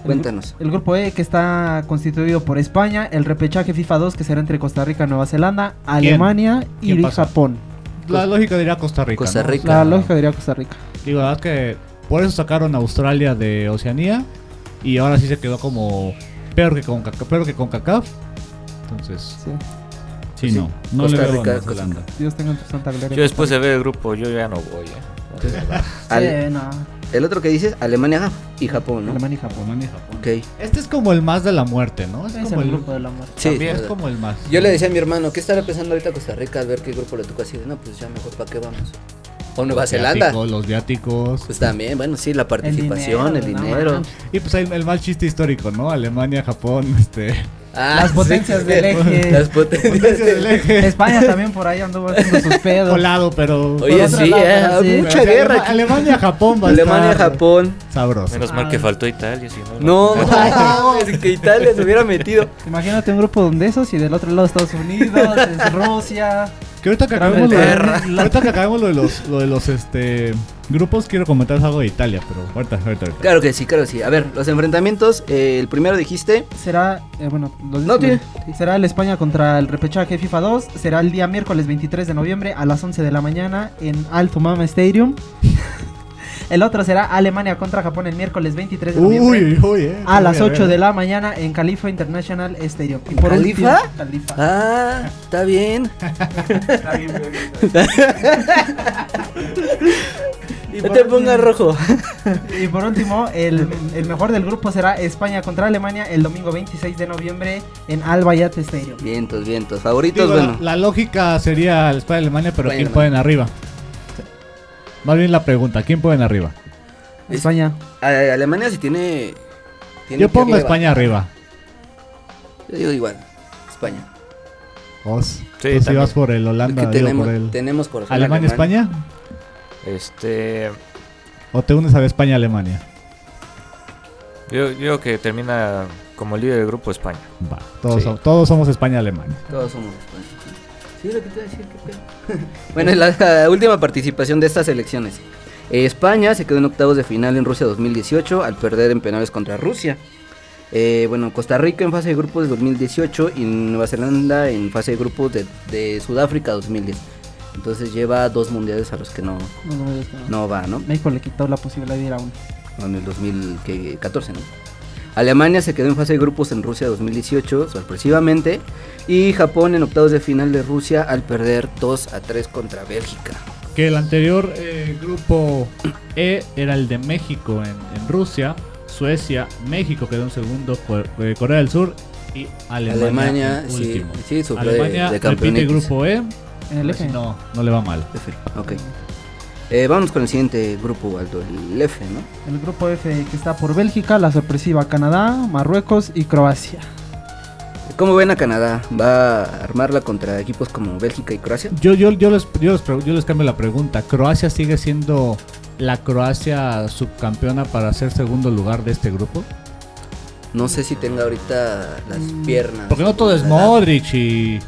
S2: cuéntanos.
S3: El grupo E que está constituido por España, el repechaje FIFA 2 que será entre Costa Rica, Nueva Zelanda, Alemania
S1: ¿Quién
S3: y
S1: pasa?
S3: Japón.
S1: La lógica diría Costa Rica.
S2: Costa
S1: ¿no?
S2: Rica.
S3: La lógica diría Costa Rica.
S1: Digo, la verdad que por eso sacaron a Australia de Oceanía y ahora sí se quedó como peor que con, Caca- peor que con CACAF. Entonces,
S3: Sí.
S1: sí,
S2: sí.
S1: no. No
S2: Costa
S1: le veo a
S2: Rica,
S1: Nueva
S2: Costa
S1: Zelanda.
S3: Dios tenga en tu santa gloria.
S4: Yo después de ver el grupo, yo ya no voy, eh. La verdad.
S2: Ale-
S3: Sí, no.
S2: El otro que dices, Alemania ah, y Japón, ¿no?
S3: Alemania y Japón.
S1: Alemania y Japón.
S2: Ok.
S1: Este es como el más de la muerte, ¿no? Es
S3: Es
S1: como
S3: el
S1: el,
S3: grupo de la muerte.
S2: Sí,
S1: es
S2: ¿verdad?
S1: como el más.
S2: Yo le decía a mi hermano, ¿qué estará pensando ahorita Costa Rica al ver qué grupo le toca así? de, No, pues ya mejor, ¿para qué vamos? O Nueva
S1: Los
S2: Zelanda.
S1: viáticos, Los viáticos.
S2: Pues también, bueno, sí, la participación, el
S3: dinero,
S2: dinero.
S3: no manches.
S1: Y pues el, el mal chiste histórico, ¿no? Alemania, Japón, este.
S2: Ah,
S3: Las
S2: sí.
S3: potencias del eje.
S2: Las potencias del eje.
S3: España también por ahí anduvo haciendo sus pedos.
S1: Colado, pero.
S2: Oye,
S3: otro
S2: sí,
S3: lado,
S2: eh,
S3: sí.
S1: pero
S2: mucha
S1: si
S2: guerra
S1: Alema-
S2: aquí.
S1: Alemania, Japón, va a
S2: Alemania,
S1: estar
S2: Japón.
S1: Sabroso.
S4: Menos mal que faltó Italia, si
S2: No,
S4: no.
S2: mames, que Italia se hubiera metido.
S3: Imagínate un grupo donde esos y del otro lado Estados Unidos, es Rusia.
S1: Que ahorita que
S3: Gran
S1: acabemos, lo
S3: Inglaterra.
S1: de, ahorita que acabemos lo de los, lo de los este, grupos, quiero comentar algo de Italia, pero ahorita, ahorita, ahorita.
S2: Claro que sí, claro que sí. A ver, los enfrentamientos, eh, el primero dijiste.
S3: Será, eh, bueno, lo
S2: No,
S3: dice-
S2: tío.
S3: será el España contra el repechaje FIFA 2. Será el día miércoles 23 de noviembre a las 11 de la mañana en Altumama Stadium. el otro será Alemania contra Japón el miércoles 23 de noviembre.
S1: Uy, uy, eh.
S3: A Ah, las
S1: Voy ver.
S3: 8 de la mañana en Califa International Stadium. Y
S2: ¿Califa?
S3: último- Califa.
S2: Ah, está bien.
S5: Está bien, pero ahorita-
S2: No te pongas rojo.
S3: Y por último, el, el mejor del grupo será España contra Alemania el domingo 26 de noviembre en Al Bayat Stadium.
S2: Vientos, vientos. Favoritos,
S1: Digo, la-
S2: bueno.
S1: la, lógica sería el España Alemania, pero
S2: España,
S1: ¿quién ponen arriba? Más bien la pregunta, ¿quién ponen arriba?
S2: Es-
S3: España.
S2: A- Alemania sí tiene. tiene
S1: Yo
S2: que
S1: pongo
S2: llevar.
S1: España arriba.
S2: Yo digo igual. España.
S1: Vos,
S4: Sí,
S1: tú sí
S4: también.
S1: vas por el Holanda,
S2: Porque
S1: yo
S2: tenemos,
S1: por el
S2: tenemos por
S1: Alemania, España
S4: Este.
S1: o te unes a la España Alemania.
S4: Yo, yo creo que termina como líder del grupo España.
S1: Va, todos,
S4: Sí.
S1: so- todos somos España Alemania.
S2: Todos somos de España. Sí, lo que te iba a decir, qué pedo. bueno, es la, la última participación de estas elecciones. Eh, España se quedó en octavos de final en Rusia 2018 al perder en penales contra Rusia. Eh, bueno, Costa Rica en fase de grupos de 2018 y Nueva Zelanda en fase de grupos de, de Sudáfrica 2010. Entonces lleva dos mundiales a los que no,
S3: No, no, es que no.
S2: no va, ¿no?
S3: México le quitó la posibilidad de ir a uno.
S2: en el 2014, ¿no? Alemania se quedó en fase de grupos en Rusia 2018, sorpresivamente, y Japón en octavos de final de Rusia al perder 2 a 3 contra Bélgica.
S1: Que el anterior eh, grupo E era el de México en, en Rusia, Suecia, México quedó en segundo, Co- eh, Corea del Sur y Alemania.
S2: Alemania,
S1: en
S2: sí,
S1: último.
S2: sí, sufrió de-
S1: Alemania
S2: de
S1: repite
S2: campeonitis.
S1: grupo E,
S3: En el
S1: a ver si
S3: F.
S1: no, no le va mal.
S2: F, ok. Eh, vamos con el siguiente grupo, Aldo, el F, ¿no?
S3: El grupo F que está por Bélgica, la sorpresiva Canadá, Marruecos y Croacia.
S2: ¿Cómo ven a Canadá? ¿Va a armarla contra equipos como Bélgica y Croacia?
S1: Yo, yo, yo, les, yo, les, pregu- yo les cambio la pregunta. ¿Croacia sigue siendo la Croacia subcampeona para ser segundo lugar de este grupo?
S2: No sé si tenga ahorita las piernas.
S1: Mm, Porque no todo es
S2: La
S1: Modric y.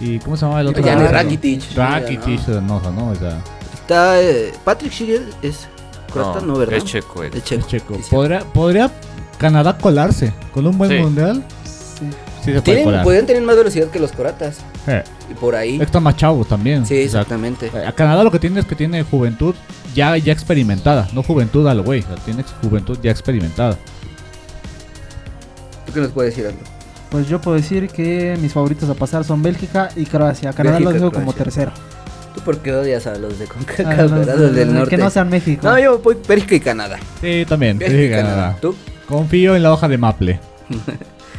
S1: y ¿Cómo se llama el
S2: edad.
S1: otro?
S2: Ya ni
S1: Ah,
S2: Rakitic.
S1: Rakitic,
S2: ya no.
S1: no, o sea, no, o sea,
S2: Está eh, Patrick Schiegel, es croata, no, ¿verdad?
S4: Es checo. él.
S2: Es checo.
S1: es checo.
S2: Sí, sí.
S1: ¿Podría, podría Canadá colarse con un buen
S4: Sí.
S1: mundial?
S3: Sí.
S1: Sí, se puede
S2: Tienen-
S1: colar.
S2: podrían tener más velocidad que los coratas.
S1: Eh,
S2: Y por ahí.
S1: Están más chavos también.
S2: Sí,
S1: o sea,
S2: exactamente.
S1: a Canadá lo que tiene es que tiene juventud ya, ya experimentada, no juventud al güey, o sea, tiene juventud ya experimentada.
S2: ¿Tú qué nos puedes decir, Aldo?
S3: Pues yo puedo decir que mis favoritos a pasar son Bélgica y Croacia. Canadá
S2: Bélgica
S3: lo
S2: y
S3: dejo
S2: Croacia.
S3: como tercero.
S2: ¿Tú por qué odias a los de
S3: Ah,
S2: CONCACAF,
S3: no,
S2: verdad?
S3: no,
S2: Los del
S3: no,
S2: norte.
S3: Que no sean México.
S2: No, yo voy Bélgica y Canadá.
S1: Sí, también.
S2: Bélgica
S1: sí,
S2: y Canadá.
S1: Canadá.
S2: ¿Tú?
S1: Confío en la hoja de Maple.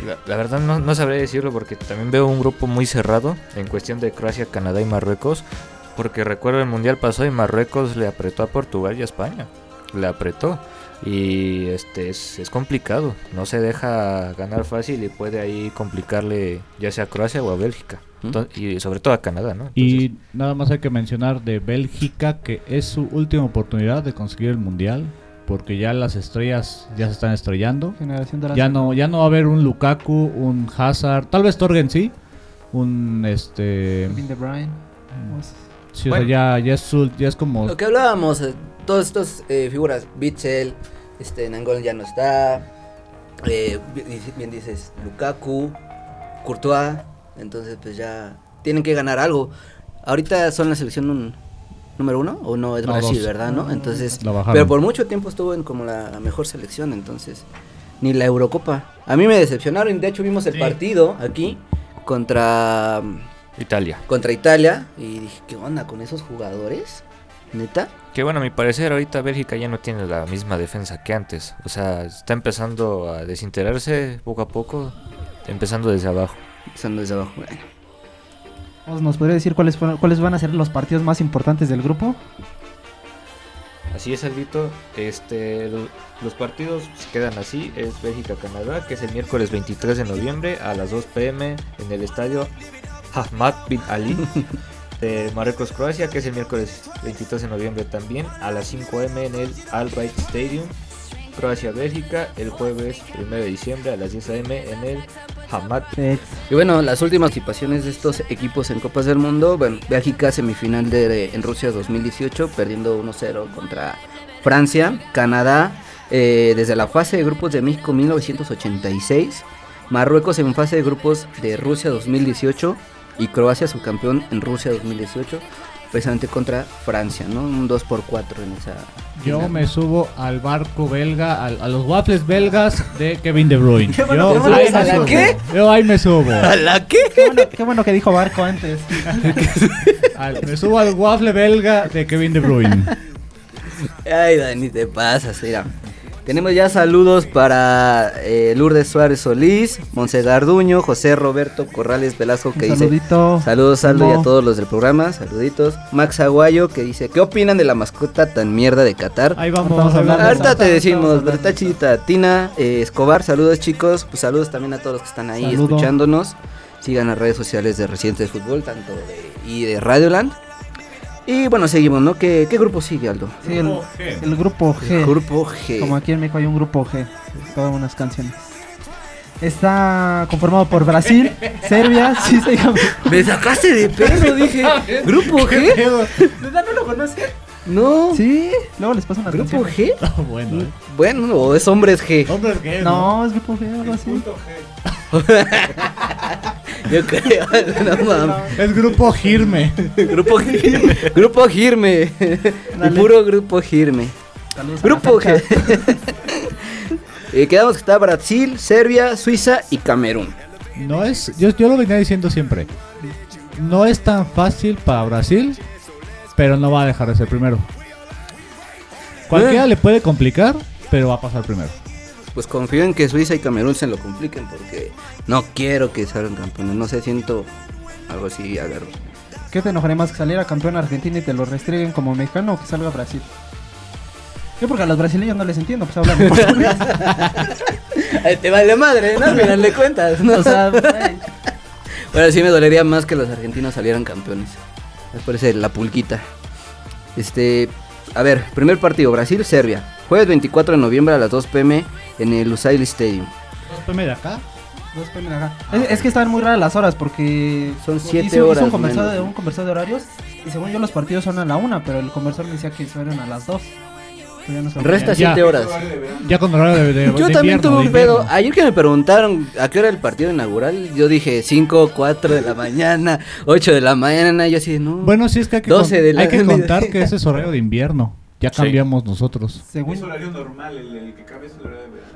S4: La, la verdad no, no sabré decirlo porque también veo un grupo muy cerrado en cuestión de Croacia, Canadá y Marruecos. Porque recuerdo el mundial pasado y Marruecos le apretó a Portugal y a España. Le apretó. Y este es, es complicado. No se deja ganar fácil y puede ahí complicarle ya sea a Croacia o a Bélgica. Enton- y sobre todo a Canadá, ¿no?
S1: Y nada más hay que mencionar de Bélgica que es su última oportunidad de conseguir el mundial porque ya las estrellas ya se están estrellando.
S3: Generación dorada.
S1: Ya no ya no va a haber un Lukaku, un Hazard, tal vez Torgen sí, un este
S3: Kevin De Bruyne.
S1: sí, o sea, ya ya es su- ya es como
S2: Lo que hablábamos, eh, todas estas eh, figuras, Bitzel, este, Nangol ya no está, eh, bi- dice- bien dices, Lukaku, Courtois, entonces pues ya tienen que ganar algo. Ahorita son la selección un- número uno, o no, es
S1: No,
S2: Brasil,
S1: dos.
S2: ¿verdad? ¿no? Entonces,
S1: la bajaron.
S2: pero por mucho tiempo estuvo en como la mejor selección, entonces, ni la Eurocopa. A mí me decepcionaron, y de hecho vimos el
S1: Sí.
S2: partido aquí contra... mm,
S4: Italia.
S2: contra Italia y dije, ¿qué onda con esos jugadores? ¿Neta?
S4: Que bueno, a mi parecer ahorita Bélgica ya no tiene la misma defensa que antes. O sea, está empezando a desintegrarse poco a poco, empezando desde abajo.
S2: Empezando desde abajo. Bueno,
S3: Vos, ¿Nos podría decir cuáles, fueron- cuáles van a ser los partidos más importantes del grupo?
S4: Así es, Aldito. Este, lo- los partidos se quedan así. Es Bélgica-Canadá, que es el miércoles 23 de noviembre a las 2 pm en el estadio Ahmad Bin Ali. De Marruecos-Croacia, que es el miércoles 22 de noviembre también a las 5 am en el Al Bayt Stadium. Croacia-Bélgica, el jueves 1 de diciembre a las 10 am en el Hamad
S3: Eh,
S2: Y bueno, las últimas participaciones de estos equipos en Copas del Mundo. Bueno, Bélgica semifinal de, de- en Rusia 2018, perdiendo 1-0 contra Francia, Canadá, eh, desde la fase de grupos de México 1986, Marruecos en fase de grupos de Rusia 2018 y Croacia subcampeón en Rusia 2018, precisamente contra Francia, ¿no? Un 2 por 4 en esa.
S1: Yo
S2: final.
S1: me subo al barco belga, al- a los waffles belgas de Kevin De Bruyne. Yo,
S3: bueno que no
S1: ahí
S3: eres a
S1: me
S3: la
S1: subo.
S2: qué?
S1: Yo ahí me subo.
S2: la qué?
S3: qué, bueno, qué bueno que dijo Barco antes.
S1: Al- me subo al waffle belga de Kevin De Bruyne.
S2: Ay, Dani, te pasas, mira. Tenemos ya saludos para eh, Lourdes Suárez Solís, Monse Garduño, José Roberto Corrales Velasco que
S3: Un
S2: dice
S3: saludito.
S2: saludos Aldo y
S3: Mo.
S2: a todos los del programa, saluditos. Max Aguayo que dice, ¿qué opinan de la mascota tan mierda de Qatar?
S1: Ahí vamos,
S3: Vamos
S1: ahí
S3: a hablar
S1: vamos.
S3: de
S2: Ahorita te decimos,
S3: Vamos a hablar de
S2: Bertachita, Tina, eh, Escobar, saludos chicos, pues saludos también a todos los que están ahí
S3: Saludo.
S2: escuchándonos. Sigan las redes sociales de Reciente de Fútbol, tanto de, y de Radioland. Y bueno, seguimos, ¿no? ¿Qué, qué grupo sigue, Aldo?
S3: Sí, el, el grupo G.
S2: El grupo G.
S3: Como aquí en México hay un grupo G, todas unas canciones. Está conformado por Brasil, Serbia, sí, sí, dígame.
S2: Me sacaste de peso, dije. ¿Grupo G?
S3: ¿No lo conoces?
S2: No.
S3: Sí, luego les paso una
S2: ¿Grupo
S3: canción.
S2: G? Oh.
S1: No, bueno. eh.
S2: Bueno, o es hombres G.
S1: Hombre, es que
S3: No, es grupo G, algo
S5: El
S3: así.
S5: punto G.
S2: Yo creo. No mames.
S1: Es grupo Girme.
S2: Grupo G. Grupo Girme. El
S3: Dale.
S2: puro grupo Girme.
S3: Saludos a la
S2: Grupo
S3: gente.
S2: G. Eh, quedamos que está Brasil, Serbia, Suiza y Camerún.
S1: No es, yo, yo lo venía diciendo siempre. No es tan fácil para Brasil, pero no va a dejar de ser primero. Cualquiera
S2: Eh.
S1: le puede complicar, pero va a pasar primero.
S2: Pues confío en que Suiza y Camerún se lo compliquen porque no quiero que salgan campeones. No sé, siento algo así agarro.
S3: ¿Qué te enojaría más que saliera campeón Argentina y te lo restreguen como mexicano o que salga Brasil? Yo porque a los brasileños no les entiendo, pues hablan en portugués.
S2: Ay, Te vale madre, ¿no? Al final de cuentas, ¿no?
S3: O sea, güey,
S2: Bueno, sí me dolería más que los argentinos salieran campeones. Es por ese, la pulquita. Este, a ver, primer partido, Brasil-Serbia. Jueves 24 de noviembre a las 2 pm en el Lusail Stadium.
S1: de acá?
S3: dos penas acá. es, es que estaban muy raras las horas porque
S2: Son
S3: hice-
S2: siete
S3: hice
S2: horas
S3: un conversor,
S2: menos.
S3: de, un conversor de horarios y según yo los partidos son a la una, pero el conversor me decía que fueron a las dos. Pero ya no sé.
S2: Resta
S1: Ya.
S2: 7 horas.
S5: Horario de verano.
S1: Ya con horario de, de- de
S2: Yo también
S1: invierno,
S2: tuve
S1: de
S2: un pedo.
S1: invierno.
S2: Ayer que me preguntaron a qué hora era el partido inaugural, yo dije 5, 4 de la mañana, 8 de la mañana. Yo así, no.
S1: Bueno, sí es que hay que,
S2: 12
S1: con-
S2: de la-
S1: hay que contar que ese es horario de invierno. Ya
S4: Sí.
S1: cambiamos nosotros.
S5: Es
S3: Según
S5: horario normal, el, el que cambia es el horario de verano.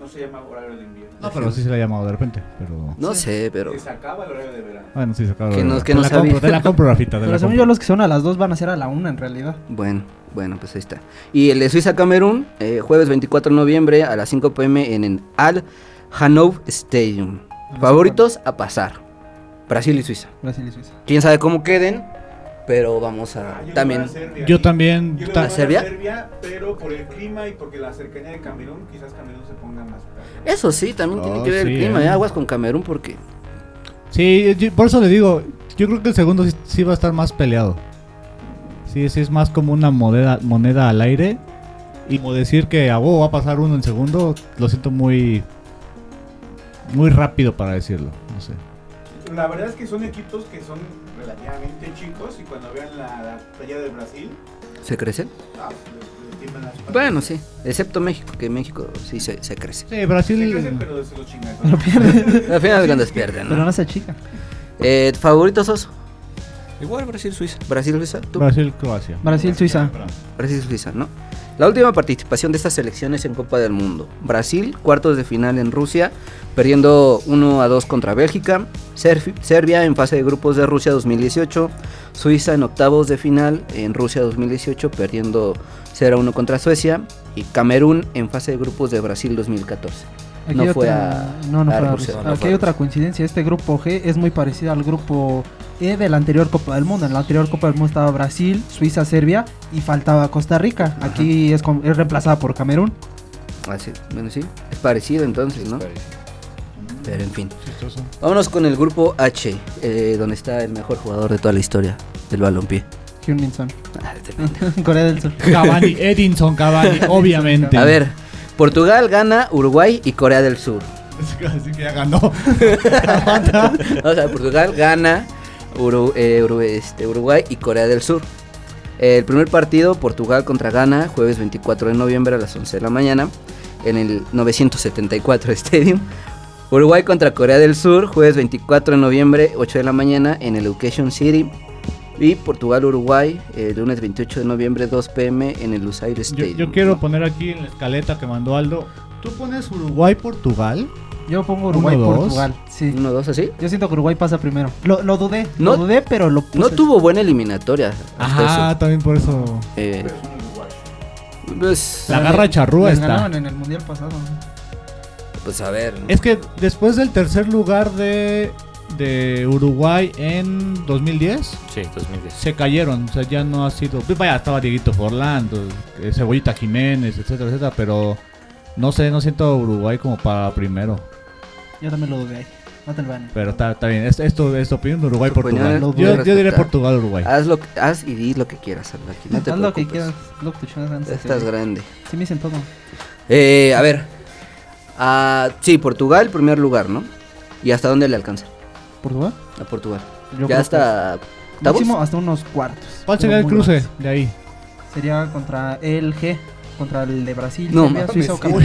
S5: No se llama horario de invierno.
S1: No, pero sí se le ha llamado de repente. Pero...
S2: no sé, pero.
S5: Se sacaba el horario de verano.
S1: Bueno, sí, se acaba.
S2: Que no- que
S1: te,
S2: no
S1: la
S2: sabía.
S1: compro, te la compro, Rafita. Te
S3: pero
S1: la
S3: según
S1: compro.
S3: yo los que son a las dos van a ser a la una en realidad.
S2: Bueno, bueno, pues ahí está. Y el de Suiza-Camerún, eh, jueves 24 de noviembre a las 5 pm en el Al Hanover Stadium. Favoritos a pasar. Brasil y Suiza.
S3: Brasil y Suiza.
S2: Quién sabe cómo queden, pero vamos a...
S5: Ah, yo
S2: también...
S5: iba a Serbia.
S1: Yo también.
S5: Yo iba
S1: ta-
S5: a
S2: Serbia?
S5: Serbia? Serbia, pero por el clima y porque la cercanía de Camerún, quizás Camerún se ponga más. tarde.
S2: Eso sí, también tiene
S1: Oh,
S2: que ver el
S1: sí,
S2: clima.
S1: eh.
S2: ¿eh? Aguas con Camerún porque...
S1: Sí, yo- por eso le digo, yo creo que el segundo sí, sí va a estar más peleado. Sí, sí es más como una moneda, moneda al aire. Y como decir que a vos va a pasar uno en segundo, lo siento muy muy rápido para decirlo. No sé.
S5: La verdad es que son equipos que son relativamente chicos y cuando vean la, la playa de Brasil,
S2: ¿Se crecen?
S5: ah, le- le tiemblan las patas.
S2: Bueno, sí. Excepto México, que México sí se, se crece.
S1: Sí, pues.
S5: Se
S1: Brasil.
S5: crecen, pero se los chingan.
S2: Al final de cuentas pierden,
S3: Pero
S2: ¿no?
S3: no se chica.
S2: Eh, ¿Favoritos, Oso?
S4: Igual Brasil-Suiza.
S2: Brasil, Suiza. ¿Tú?
S1: Brasil, Croacia.
S3: Brasil, Suiza.
S2: Brasil Suiza, ¿no? La última participación de estas selecciones en Copa del Mundo. Brasil, cuartos de final en Rusia, perdiendo 1 a 2 contra Bélgica. Serfi- Serbia en fase de grupos de Rusia 2018. Suiza en octavos de final en Rusia 2018, perdiendo 0 a 1 contra Suecia. Y Camerún en fase de grupos de Brasil 2014.
S3: Aquí
S2: No
S3: hay
S2: fue
S3: otra-
S2: a-
S3: no, no
S2: a
S3: fue a
S2: Rusia,
S3: Rusia.
S2: no
S3: Aquí
S2: fue a
S3: hay otra coincidencia. Este grupo G es muy parecido al grupo E de la anterior Copa del Mundo. En la anterior Copa del Mundo estaba Brasil, Suiza, Serbia y faltaba Costa Rica. Aquí es, con- es reemplazada por Camerún.
S2: Así, bueno, sí, es parecido entonces, ¿no?
S4: Parece.
S2: Pero en fin. Vámonos con el grupo H, eh, donde está el mejor jugador de toda la historia del balompié.
S3: Hyun-Min Son,
S2: Ah, este
S3: Corea del Sur.
S1: Cavani, Edinson Cavani, obviamente.
S2: A ver, Portugal gana Uruguay y Corea del Sur.
S1: Así que ya ganó.
S2: O sea, Portugal gana Uru- eh, Uru- este, Uruguay y Corea del Sur. El primer partido, Portugal contra Ghana, jueves 24 de noviembre a las 11 de la mañana, en el 974 Stadium. Uruguay contra Corea del Sur, jueves 24 de noviembre, 8 de la mañana, en el Education City. Y Portugal-Uruguay, el lunes 28 de noviembre, 2 pm, en el Lusail
S1: Yo,
S2: Stadium.
S1: yo quiero poner aquí en la escaleta que mandó Aldo. Tú pones Uruguay-Portugal.
S3: Yo pongo Uruguay,
S1: Uno, dos.
S3: Portugal. Sí.
S2: ¿Uno, dos, así?
S3: Yo siento que Uruguay pasa primero. Lo, lo dudé.
S2: No-
S3: lo dudé, pero lo puse.
S2: No tuvo buena eliminatoria. hasta
S1: Ajá, también por Ah, eso.
S2: eso. Eh, Pues,
S1: La garra charrúa
S3: Les
S1: está.
S3: ganaban en el mundial pasado.
S2: pues a ver. ¿no?
S1: Es que después del tercer lugar de, de Uruguay en 2010,
S4: Sí, 2010.
S1: se cayeron. O sea, ya no ha sido. pues vaya, estaba Dieguito Forlán, eh, Cebollita Jiménez, etcétera, etcétera. Pero no sé, no siento a Uruguay como para primero.
S3: Yo también lo dudé ahí. No te lo van.
S1: Pero está, está bien. Es- Esto es tu opinión de
S2: Tu opinión
S1: Uruguay-Portugal.
S2: es
S1: Yo,
S2: muy Ah,
S1: yo diré
S2: respetada.
S1: Portugal-Uruguay.
S2: Haz, lo, que- haz y di lo que quieras, Aldo, aquí, No te
S3: Haz lo que
S2: preocupes.
S3: quieras. Look to show, dance,
S2: Estás
S3: sí.
S2: grande.
S3: Sí me dicen todo.
S2: Eh, a ver. Ah, sí, Portugal, primer lugar, ¿no? ¿Y hasta dónde le alcanza?
S3: ¿Portugal?
S2: A Portugal.
S3: Yo creo
S2: ya hasta.
S3: que
S2: ¿octavos?
S3: Máximo hasta unos cuartos.
S1: ¿Cuál
S3: Pero
S1: sería el
S3: muy
S1: cruce
S3: bajos.
S1: de ahí?
S3: Sería contra el G. Contra el de Brasil.
S2: No,
S3: Colombia,
S2: mames,
S3: Suiza o
S2: sí.
S3: Camerún.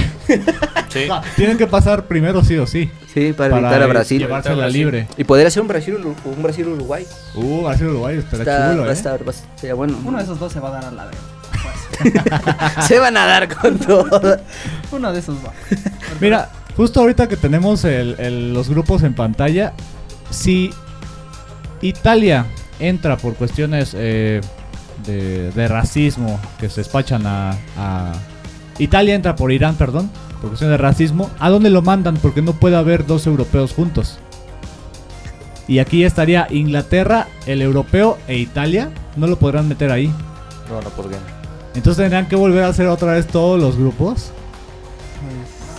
S4: Sí.
S1: Ah, tienen que pasar primero sí o sí.
S2: Sí, para, evitar a
S1: eh,
S2: Brasil.
S1: Llevársela
S4: Brasil.
S1: libre.
S2: Y podría ser un Brasil, Uru- un Brasil Uruguay.
S1: Uh, Brasil-Uruguay estará
S2: Está,
S1: chulo,
S2: va a
S1: eh.
S2: estar, va a- sería bueno.
S3: Uno de esos dos se va a dar a la vez.
S2: Se van a dar con todo.
S3: Uno de esos va.
S1: Mira, justo ahorita que tenemos el- el- los grupos en pantalla, si Italia entra por cuestiones eh, de, de racismo que se despachan a, a- Italia entra por Irán, perdón, por cuestiones de racismo, ¿a dónde lo mandan? Porque no puede haber dos europeos juntos. Y aquí estaría Inglaterra, el europeo e Italia. No lo podrán meter ahí.
S4: No, no podrían.
S1: Entonces tendrán que volver a hacer otra vez todos los grupos.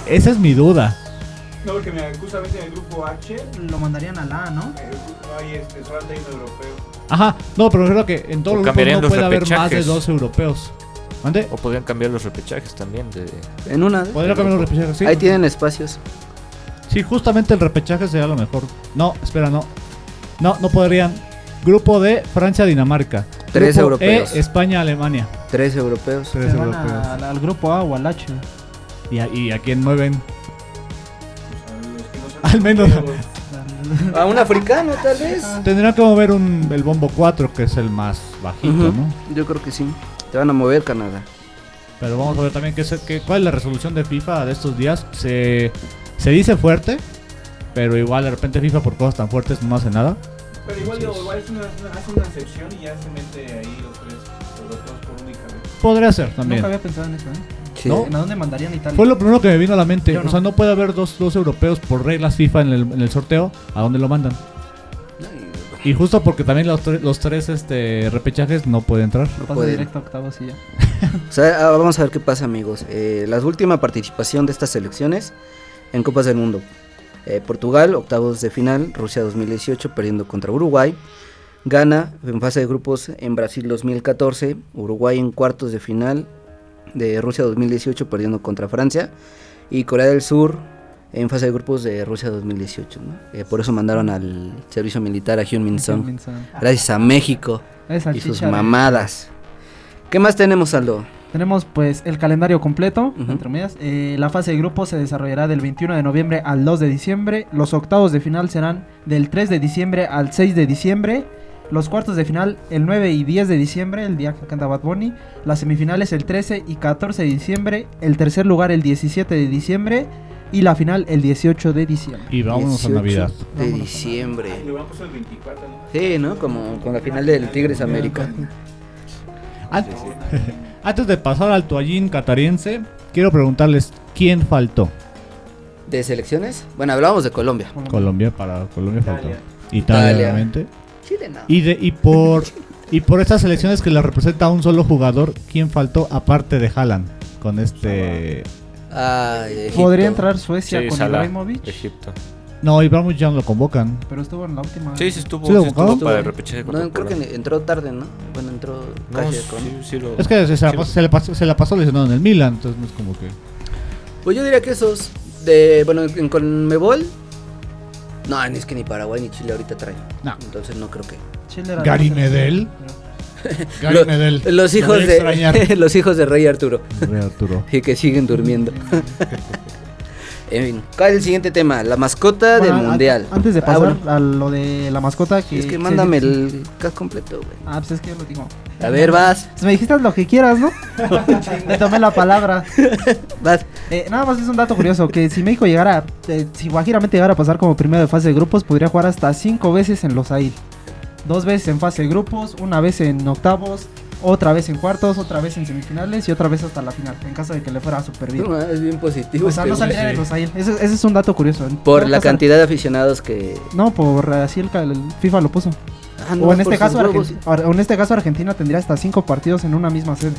S1: Esa es mi duda.
S5: No, porque me acusa a veces en el grupo H. eh,
S3: Lo mandarían a la, ¿no?
S5: No hay este, solamente hay un europeo.
S1: Ajá, no, pero creo que en
S4: O
S1: todos los grupos
S4: cambiarían
S1: no
S4: los
S1: puede haber más de
S4: repechajes.
S1: dos europeos. ¿Mande?
S4: O podrían cambiar los repechajes también. De...
S2: En una. de-
S1: Podría cambiar los repechajes, sí.
S2: Ahí tienen espacios.
S1: Sí, justamente el repechaje sería lo mejor. No, espera, no. No, no podrían. Grupo de Francia-Dinamarca.
S2: Tres
S1: Grupo
S2: europeos.
S1: E, España-Alemania.
S2: Tres europeos.
S1: Tres
S3: Se van
S1: europeos.
S3: a- al, al grupo A o al H.
S1: ¿Y a, y a quién mueven?
S5: O sea, los que no son
S1: Al menos.
S5: europeos.
S3: Al-
S2: A un africano, tal vez.
S1: Tendrán que mover un, el bombo 4, que es el más bajito,
S2: Ujú,
S1: ¿no?
S2: Yo creo que sí. Te van a mover Canadá.
S1: Pero vamos a ver también qué es- qué- cuál es la resolución de FIFA de estos días. Se, se dice fuerte, pero igual de repente FIFA por cosas tan fuertes no hace nada.
S5: Pero igual de Uruguay es una, una- hace una excepción y ya se mete ahí los tres europeos por única vez.
S1: Podría ser también.
S3: Nunca había pensado en eso, ¿eh?
S2: Sí.
S1: ¿No?
S3: ¿En ¿A dónde mandarían a Italia?
S1: Fue lo primero que me vino a la mente.
S3: Yo no.
S1: O sea, no puede haber dos, dos europeos por reglas FIFA en el, en el sorteo. ¿A dónde lo mandan?
S2: Ay,
S1: Y justo porque también los, tre- los tres este, repechajes no puede entrar.
S2: no
S3: Pasa
S2: pueden.
S3: directo a octavos y ya.
S2: O sea, ah, vamos a ver qué pasa, amigos. Eh, la última participación de estas selecciones en Copas del Mundo. Eh, Portugal, octavos de final, Rusia 2018 perdiendo contra Uruguay. Ghana en fase de grupos en Brasil 2014, Uruguay en cuartos de final de Rusia 2018 perdiendo contra Francia y Corea del Sur en fase de grupos de Rusia 2018. ¿no? Eh, por eso mandaron al servicio militar a Hyun Min ¿eh? Song.
S3: Minson.
S2: Gracias a México
S3: Es
S2: y sus
S3: salchicha de-
S2: mamadas. ¿Qué más tenemos, Aldo?
S3: Tenemos pues el calendario completo,
S2: Ujú.
S3: entre medias. Eh, la fase de grupos se desarrollará del 21 de noviembre al 2 de diciembre. Los octavos de final serán del 3 de diciembre al 6 de diciembre. Los cuartos de final el 9 y 10 de diciembre, el día que canta Bad Bunny. Las semifinales el 13 y 14 de diciembre. El tercer lugar el 17 de diciembre. Y la final el 18 de diciembre.
S1: Y vámonos
S2: 18
S1: a Navidad.
S2: De
S3: Vámonos a
S2: diciembre.
S5: Le van a poner el 24, ¿no?
S2: Sí, ¿no? Como con la final del Tigres América.
S1: An- Antes de pasar al toallín catariense, quiero preguntarles quién faltó.
S2: ¿De selecciones? Bueno, hablábamos de Colombia.
S1: Colombia para Colombia faltó.
S5: Italia.
S1: Italia,
S2: Italia.
S1: obviamente.
S2: Chile no.
S1: Y, de, y por y por estas selecciones que las representa un solo jugador, ¿quién faltó aparte de Haaland? Con este...
S2: Ay, Egipto.
S3: Podría entrar Suecia
S4: Sí,
S3: con
S4: Salah,
S3: Ibrahimovic,
S4: Egipto.
S1: No, Ibrahimovic ya no lo convocan.
S3: pero estuvo en la última.
S4: Sí, sí estuvo,
S1: ¿Sí lo
S4: sí estuvo
S1: convocaron?
S4: para el repechaje contra
S2: No, creo que
S4: Polonia.
S2: ni- entró tarde, ¿no? Bueno, entró
S4: No,
S2: casi de
S4: sí,
S2: con-
S4: sí lo...
S1: Es que se, se la,
S4: sí
S1: pas-
S4: lo-
S1: se le pasó, se la pasó lesionado en el Milan, entonces no es como que...
S2: Pues yo diría que esos de, bueno, en Conmebol. No, ni es que ni Paraguay ni Chile ahorita traen.
S1: No.
S2: Entonces no creo que.
S3: Chile era la
S1: Gary
S3: más-
S1: Medel.
S2: Lo- Los hijos de los hijos de Rey Arturo
S1: Re Arturo.
S2: y que siguen durmiendo. en fin, ¿cuál es el siguiente tema? La mascota
S3: Bueno,
S2: del
S3: an-
S2: mundial.
S3: Antes de
S2: Ah,
S3: pasar
S2: bueno.
S3: a lo de la mascota que.
S2: Es que
S3: se-
S2: mándame el cast completo, güey.
S3: Ah, pues es que ya lo digo.
S2: A ver, vas,
S3: Pues me dijiste lo que quieras, ¿no? Me tomé la palabra.
S2: vas.
S3: Eh, nada más es un dato curioso: que si México llegara, eh, si Guajiramente llegara a pasar como primero de fase de grupos, podría jugar hasta cinco veces en los AIL. Dos veces en fase de grupos, una vez en octavos, otra vez en cuartos, otra vez en semifinales y otra vez hasta la final, en caso de que le fuera súper bien.
S2: No, es bien positivo.
S3: o sea,
S2: este
S3: pues, no
S2: güey.
S3: saldría de Grosail. Ese, ese es un dato curioso. ¿eh?
S2: Por
S3: No
S2: la
S3: pasa-
S2: cantidad de aficionados que.
S3: No, por así el, ca- el FIFA lo puso.
S2: Ah, no,
S3: o, en
S2: por
S3: este caso,
S2: sus huevos.
S3: Argen- Ar- en este caso Argentina tendría hasta cinco partidos en una misma sede.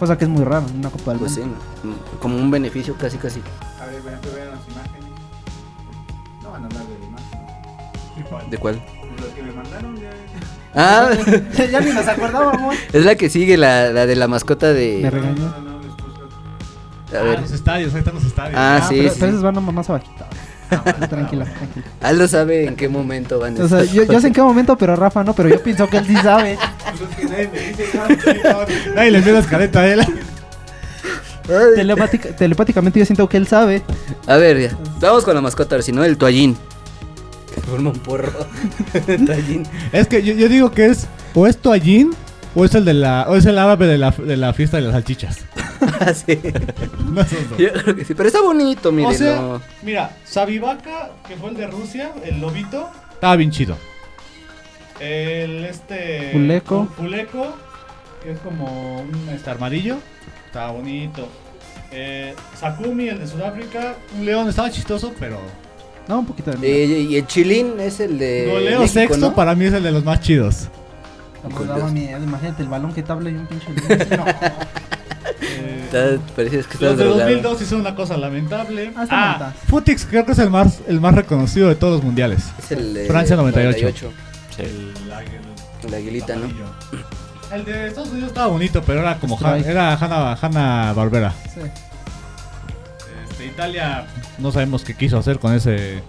S3: Cosa que es muy raro en una Copa del
S2: Pues sí,
S3: Mundo.
S2: mm, como un beneficio casi, casi.
S5: A ver, vean, vean las imágenes. No van a hablar de la imagen.
S2: ¿De cuál?
S5: Lo que me mandaron ya.
S2: Ah,
S3: ya ni nos acordábamos.
S2: es la que sigue, la, la de la mascota
S3: Me
S2: de.
S3: re- regañó.
S5: No, no, no, les puse otro.
S2: A
S1: Ah,
S2: ver.
S1: los estadios, ahí están los estadios.
S2: Ah, sí,
S3: pero,
S2: sí.
S3: pero esos van nomás más abajito. Ah, tranquila, tranquila.
S2: Aldo sabe en qué momento van.
S3: O sea,
S2: estas
S3: yo, yo sé en
S2: cosas.
S3: qué momento, pero Rafa no, pero yo pienso que él sí sabe.
S5: Pues es que nadie me dice nada.
S1: Nadie les vio la escaleta a él.
S2: Ay.
S3: Telepática- telepáticamente yo siento que él sabe.
S2: A ver, ya. Vamos con la mascota, a ver si no, el toallín. Que Forma un porro. toallín.
S1: Es que yo, yo digo que es o es toallín o es el de la o es el árabe de la, de la fiesta de las salchichas.
S2: Ah, sí.
S1: No es eso.
S2: Yo creo que sí. Pero está bonito, miren.
S1: o sea,
S2: no.
S1: mira, Sabivaca, que fue el de Rusia, el lobito, estaba Ah, bien chido. El este
S3: Fuleco.
S1: Fuleco, que es como un este, armadillo, estaba bonito. Eh, Sakumi, el de Sudáfrica, un león, estaba chistoso, pero
S3: No, un poquito de miedo.
S2: Eh, y el chilín es el de.
S1: goleo
S2: Eh, México,
S1: sexto
S2: ¿no?
S1: para mí es el de los más chidos.
S2: pues,
S3: Nos daba miedo, imagínate el balón que tabla y un pinche. león. No,
S1: Eh,
S2: Está- Parece que está
S1: Los de
S2: drogado.
S1: 2002 hizo una cosa lamentable.
S3: Ah, está
S1: Ah,
S3: bonita.
S1: Futix creo que es el más, el más reconocido de todos los mundiales.
S2: Es el de
S1: Francia 98.
S5: El águila.
S2: La aguilita, ¿no?
S1: Amarillo. El de Estados Unidos estaba bonito, pero era como Han-
S3: Strike.
S1: era Hanna, Hanna Barbera.
S3: sí.
S1: Este, Italia no sabemos qué quiso hacer con ese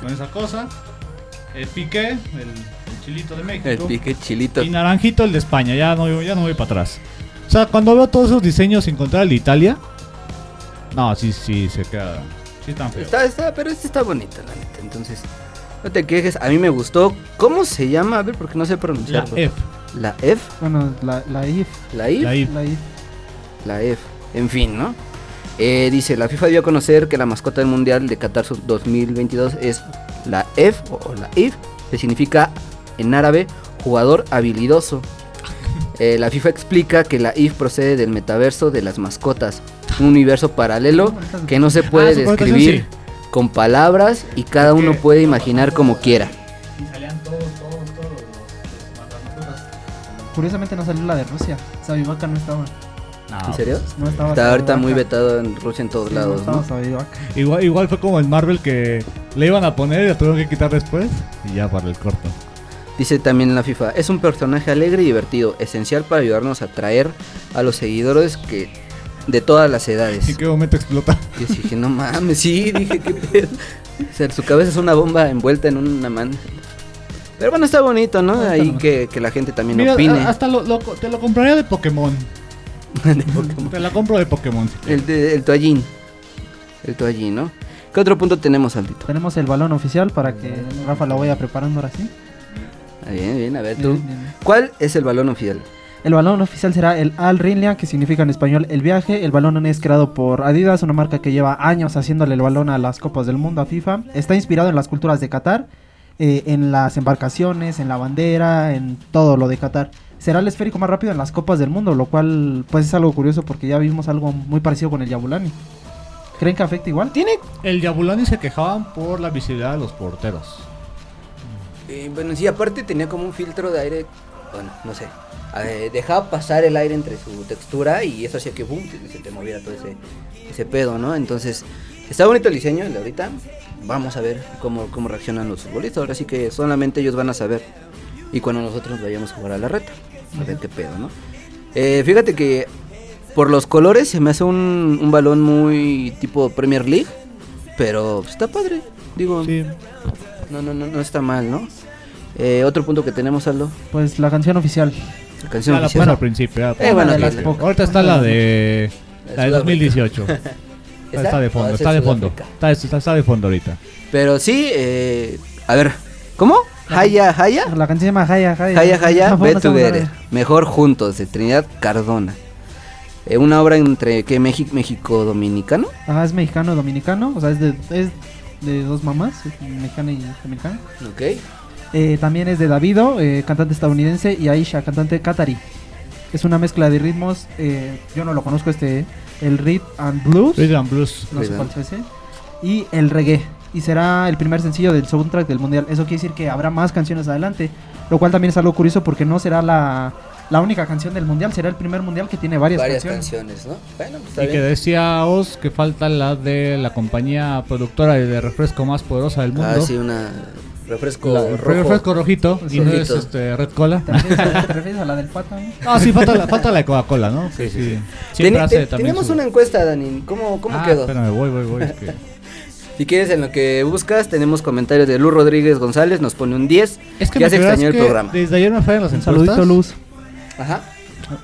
S1: con esa cosa. El Piqué, el, el chilito de México.
S2: El pique chilito.
S1: Y naranjito el de España, ya no, ya no voy para atrás. O sea, cuando veo todos esos diseños sin contar el de Italia, no, sí, sí, se queda. Sí, tan feo.
S2: Está, está, pero este está bonito, la neta. Entonces, no te quejes. A mí me gustó. ¿Cómo se llama? A ver, porque no sé
S1: La
S2: pronunciarlo.
S1: F,
S2: La F.
S3: Bueno, la, la IF.
S2: La I.
S1: la I.
S3: La IF.
S2: La E F. En fin, ¿no? Eh, dice, la FIFA dio a conocer que la mascota del Mundial de Qatar 2022 es la E F o la IF, que significa en árabe jugador habilidoso. Eh, la FIFA explica que la IF procede del metaverso de las mascotas, un universo paralelo que no se puede
S1: Ah, su connotación,
S2: describir con palabras y cada uno puede imaginar como quiera.
S6: Y salían todos, todos, todos los, los matamatas.
S3: Curiosamente no salió la de Rusia. Sabivaca no estaba.
S1: No,
S2: ¿En serio?
S3: No estaba
S2: Está ahorita muy
S3: Sabivaca.
S2: vetado en Rusia en todos
S3: Sí,
S2: lados,
S3: estaba
S2: ¿no?
S3: Sabivaca.
S1: Igual, igual fue como en Marvel que le iban a poner y la tuvieron que quitar después. Y ya para el corto.
S2: Dice también la FIFA, es un personaje alegre y divertido, esencial para ayudarnos a atraer a los seguidores que de todas las
S1: ¿En
S2: edades.
S1: qué momento explota?
S2: Yo dije, no mames, sí, dije, qué pedo. O sea, su cabeza es una bomba envuelta en una mano. Pero bueno, está bonito, ¿no?
S3: Está ah,
S2: Ahí
S3: nomás.
S2: que, que la gente también
S1: Mira,
S2: opine.
S1: a- hasta lo, lo- te lo compraría de Pokémon.
S3: ah.
S2: de Pokémon.
S1: Te la compro de Pokémon.
S2: el, de- el toallín. El toallín, ¿no? ¿Qué otro punto tenemos, Altito?
S3: Tenemos el balón oficial para que Rafa lo vaya preparando ahora sí.
S2: Ah, Bien, bien, a ver tú.
S3: Bien, bien.
S2: ¿Cuál es el balón oficial?
S3: El balón oficial será el Al Rinlia, que significa en español el viaje. El balón es creado por Adidas, una marca que lleva años haciéndole el balón a las Copas del Mundo, a FIFA. Está inspirado en las culturas de Qatar, eh, en las embarcaciones, en la bandera, en todo lo de Qatar. Será el esférico más rápido en las Copas del Mundo, lo cual pues es algo curioso porque ya vimos algo muy parecido con el Yabulani. ¿Creen que afecta igual?
S2: Tiene
S1: El Yabulani se quejaban por la visibilidad de los porteros.
S2: Eh, bueno, sí, aparte tenía como un filtro de aire, bueno, no sé, eh, dejaba pasar el aire entre su textura y eso hacía que boom, se, se te moviera todo ese, ese pedo, ¿no? Entonces, está bonito el diseño, el de ahorita. Vamos a ver cómo, cómo reaccionan los futbolistas. Ahora sí que solamente ellos van a saber. Y cuando nosotros vayamos a jugar a la reta, a ver qué pedo, ¿no? Eh, fíjate que por los colores se me hace un, un balón muy tipo Premier League, pero pues, está padre. Digo,
S1: Sí.
S2: no, no, no, no está mal, ¿no? Eh, otro punto que tenemos, Aldo.
S3: Pues la canción oficial.
S2: La canción
S1: Ya la
S2: oficial.
S1: puse al principio. ya la puse
S2: Eh, bueno,
S1: al
S2: que-
S1: principio. Ahorita está la de. La de 2018.
S2: ¿Está?
S1: Está de
S2: Ah,
S1: fondo,
S2: esa
S1: está
S2: es
S1: de fondo.
S2: Sudáfrica.
S1: Está, está- está de fondo ahorita.
S2: Pero sí, eh, a ver, ¿cómo? Haya, Haya.
S3: La canción se llama Jaya Jaya.
S2: Haya, Haya,
S3: Ah, fue
S2: ve
S3: una
S2: tu
S3: segunda
S2: eres.
S3: vez.
S2: Mejor juntos, de Trinidad Cardona. Eh, una obra entre que México, México dominicano.
S3: Ajá, es mexicano dominicano, o sea, es de, es de dos mamás, es mexicana y dominicana.
S2: Ok.
S3: Eh, también es de Davido, eh, cantante estadounidense, y Aisha, cantante catarí. Es una mezcla de ritmos. eh, yo no lo conozco este, el rhythm and blues.
S1: Rhythm and Blues.
S3: no sé
S2: Rhythm.
S3: cuál es ese. Y el reggae. Y será el primer sencillo del soundtrack del mundial. Eso quiere decir que habrá más canciones adelante. Lo cual también es algo curioso porque no será la, la única canción del mundial. Será el primer mundial que tiene varias,
S2: Varias
S3: canciones.
S2: canciones, ¿no? Bueno, pues está
S1: Y que
S2: bien.
S1: decía Oz que falta la de la compañía productora de refresco más poderosa del mundo.
S2: Ah, sí, una refresco
S1: La-
S2: rojo.
S1: refresco rojito y no es
S2: Rojito.
S1: este, Red Cola.
S3: ¿Te refieres a, te refieres a la del pato? eh?
S1: No, sí, falta la, falta la de Coca-Cola, ¿no?
S4: Sí, sí, sí.
S1: Siempre
S2: Teni-
S1: hace
S2: te-
S1: también
S2: tenemos
S1: su-
S2: una encuesta, Dani. ¿Cómo, cómo
S1: Ah,
S2: quedó?
S1: Espérame, voy, voy, voy. es que-
S2: Si quieres, en lo que buscas, tenemos comentarios de Luz Rodríguez González, nos pone un 10.
S1: Es que
S2: ya
S1: me creerás
S2: se extrañó el
S1: que
S2: programa.
S1: Desde ayer me fallan las
S3: Un
S1: encuestas.
S3: saludito, Luz.
S2: Ajá.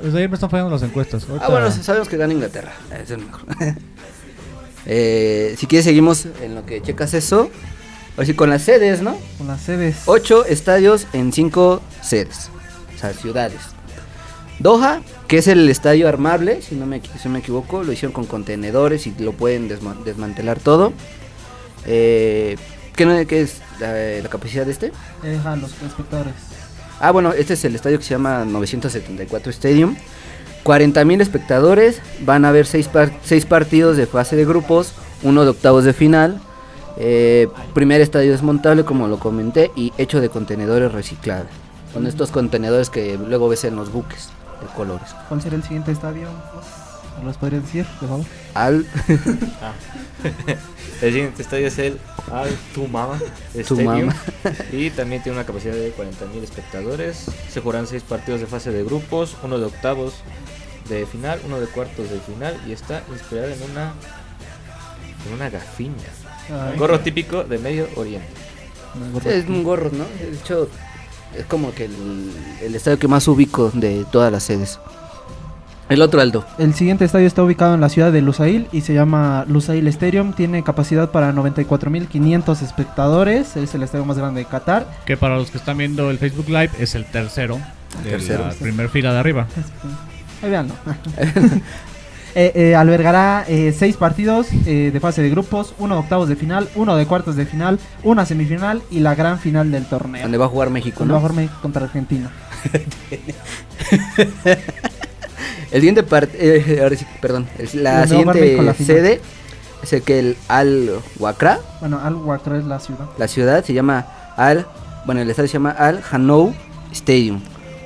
S1: Desde ayer me están fallando las encuestas.
S2: Ah,
S1: Ahorita-
S2: bueno, sabemos que gana Inglaterra. Es el mejor. Eh, si quieres, seguimos en lo que checas eso. Así con las sedes, ¿no?
S3: Con las sedes.
S2: Ocho estadios en cinco sedes. O sea, ciudades. Doha, que es el estadio armable, si no me, equi- si no me equivoco, lo hicieron con contenedores y lo pueden desma- desmantelar todo. Eh, ¿qué, no- qué es la, la capacidad de este?
S3: Eh, a los espectadores.
S2: Ah, bueno, este es el estadio que se llama 974 Stadium. 40.000 espectadores, van a haber 6 partidos de fase de grupos, uno de octavos de final. eh, primer estadio desmontable, como lo comenté, y hecho de contenedores reciclables. Con estos contenedores que luego ves en los buques de colores.
S3: ¿Cuál será el siguiente estadio? ¿Nos los podrían decir, por favor?
S2: Al
S4: Ah. El siguiente estadio es el Al Tumama Stadium
S2: Tumama.
S4: y también tiene una capacidad de 40.000 espectadores. Se jugarán seis partidos de fase de grupos, uno de octavos de final, uno de cuartos de final y está inspirado en una en una gafiña.
S3: Ay,
S4: Gorro típico de Medio Oriente.
S2: es un gorro, ¿no? De hecho, es como que el, el estadio que más ubico de todas las sedes. El otro Aldo.
S3: El siguiente estadio está ubicado en la ciudad de Lusail y se llama Lusail Stadium. Tiene capacidad para 94.500 espectadores. Es el estadio más grande de Qatar.
S1: Que para los que están viendo el Facebook Live es el tercero. De
S2: Tercero.
S1: la primer fila de arriba.
S2: Este.
S3: Ahí véanlo. Eh, eh, albergará eh, seis partidos eh, de fase de grupos, uno de octavos de final, uno de cuartos de final, una semifinal y la gran final del torneo.
S2: Donde va a jugar México,
S3: Con
S2: ¿no?
S3: mejor México contra Argentina.
S2: El siguiente part- eh, ahora sí, perdón, el- la
S3: Los de Omar
S2: siguiente
S3: México, la final.
S2: sede es el que el Al Wakra,
S3: Bueno, al Huacra es la ciudad.
S2: la ciudad se llama Al, bueno, el estadio se llama Al Hanou Stadium.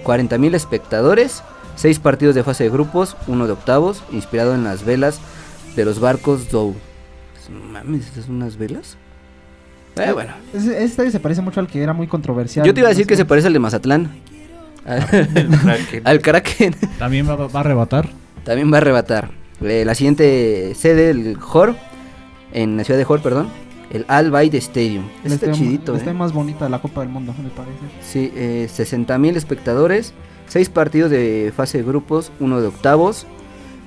S2: 40.000 espectadores, 6 partidos de fase de grupos, uno de octavos, inspirado en las velas de los barcos Dou. Pues, Mames, ¿estas son unas velas? Eh, bueno.
S3: Ese, ese estadio se parece mucho al que era muy controversial.
S2: Yo te iba a decir que se
S3: se
S2: parece al de Mazatlán. Al,
S4: Kraken.
S2: al Kraken.
S1: También va, va a arrebatar.
S2: También va a arrebatar. Eh, la siguiente sede, el Hor, en la ciudad de Hor, perdón, el Al Bayt Stadium.
S3: El
S2: Este está
S3: estadio-
S2: chidito,
S3: el
S2: eh.
S3: estadio más bonita de la Copa del Mundo, me parece.
S2: Sí, eh, 60.000 espectadores, 6 partidos de fase de grupos, uno de octavos,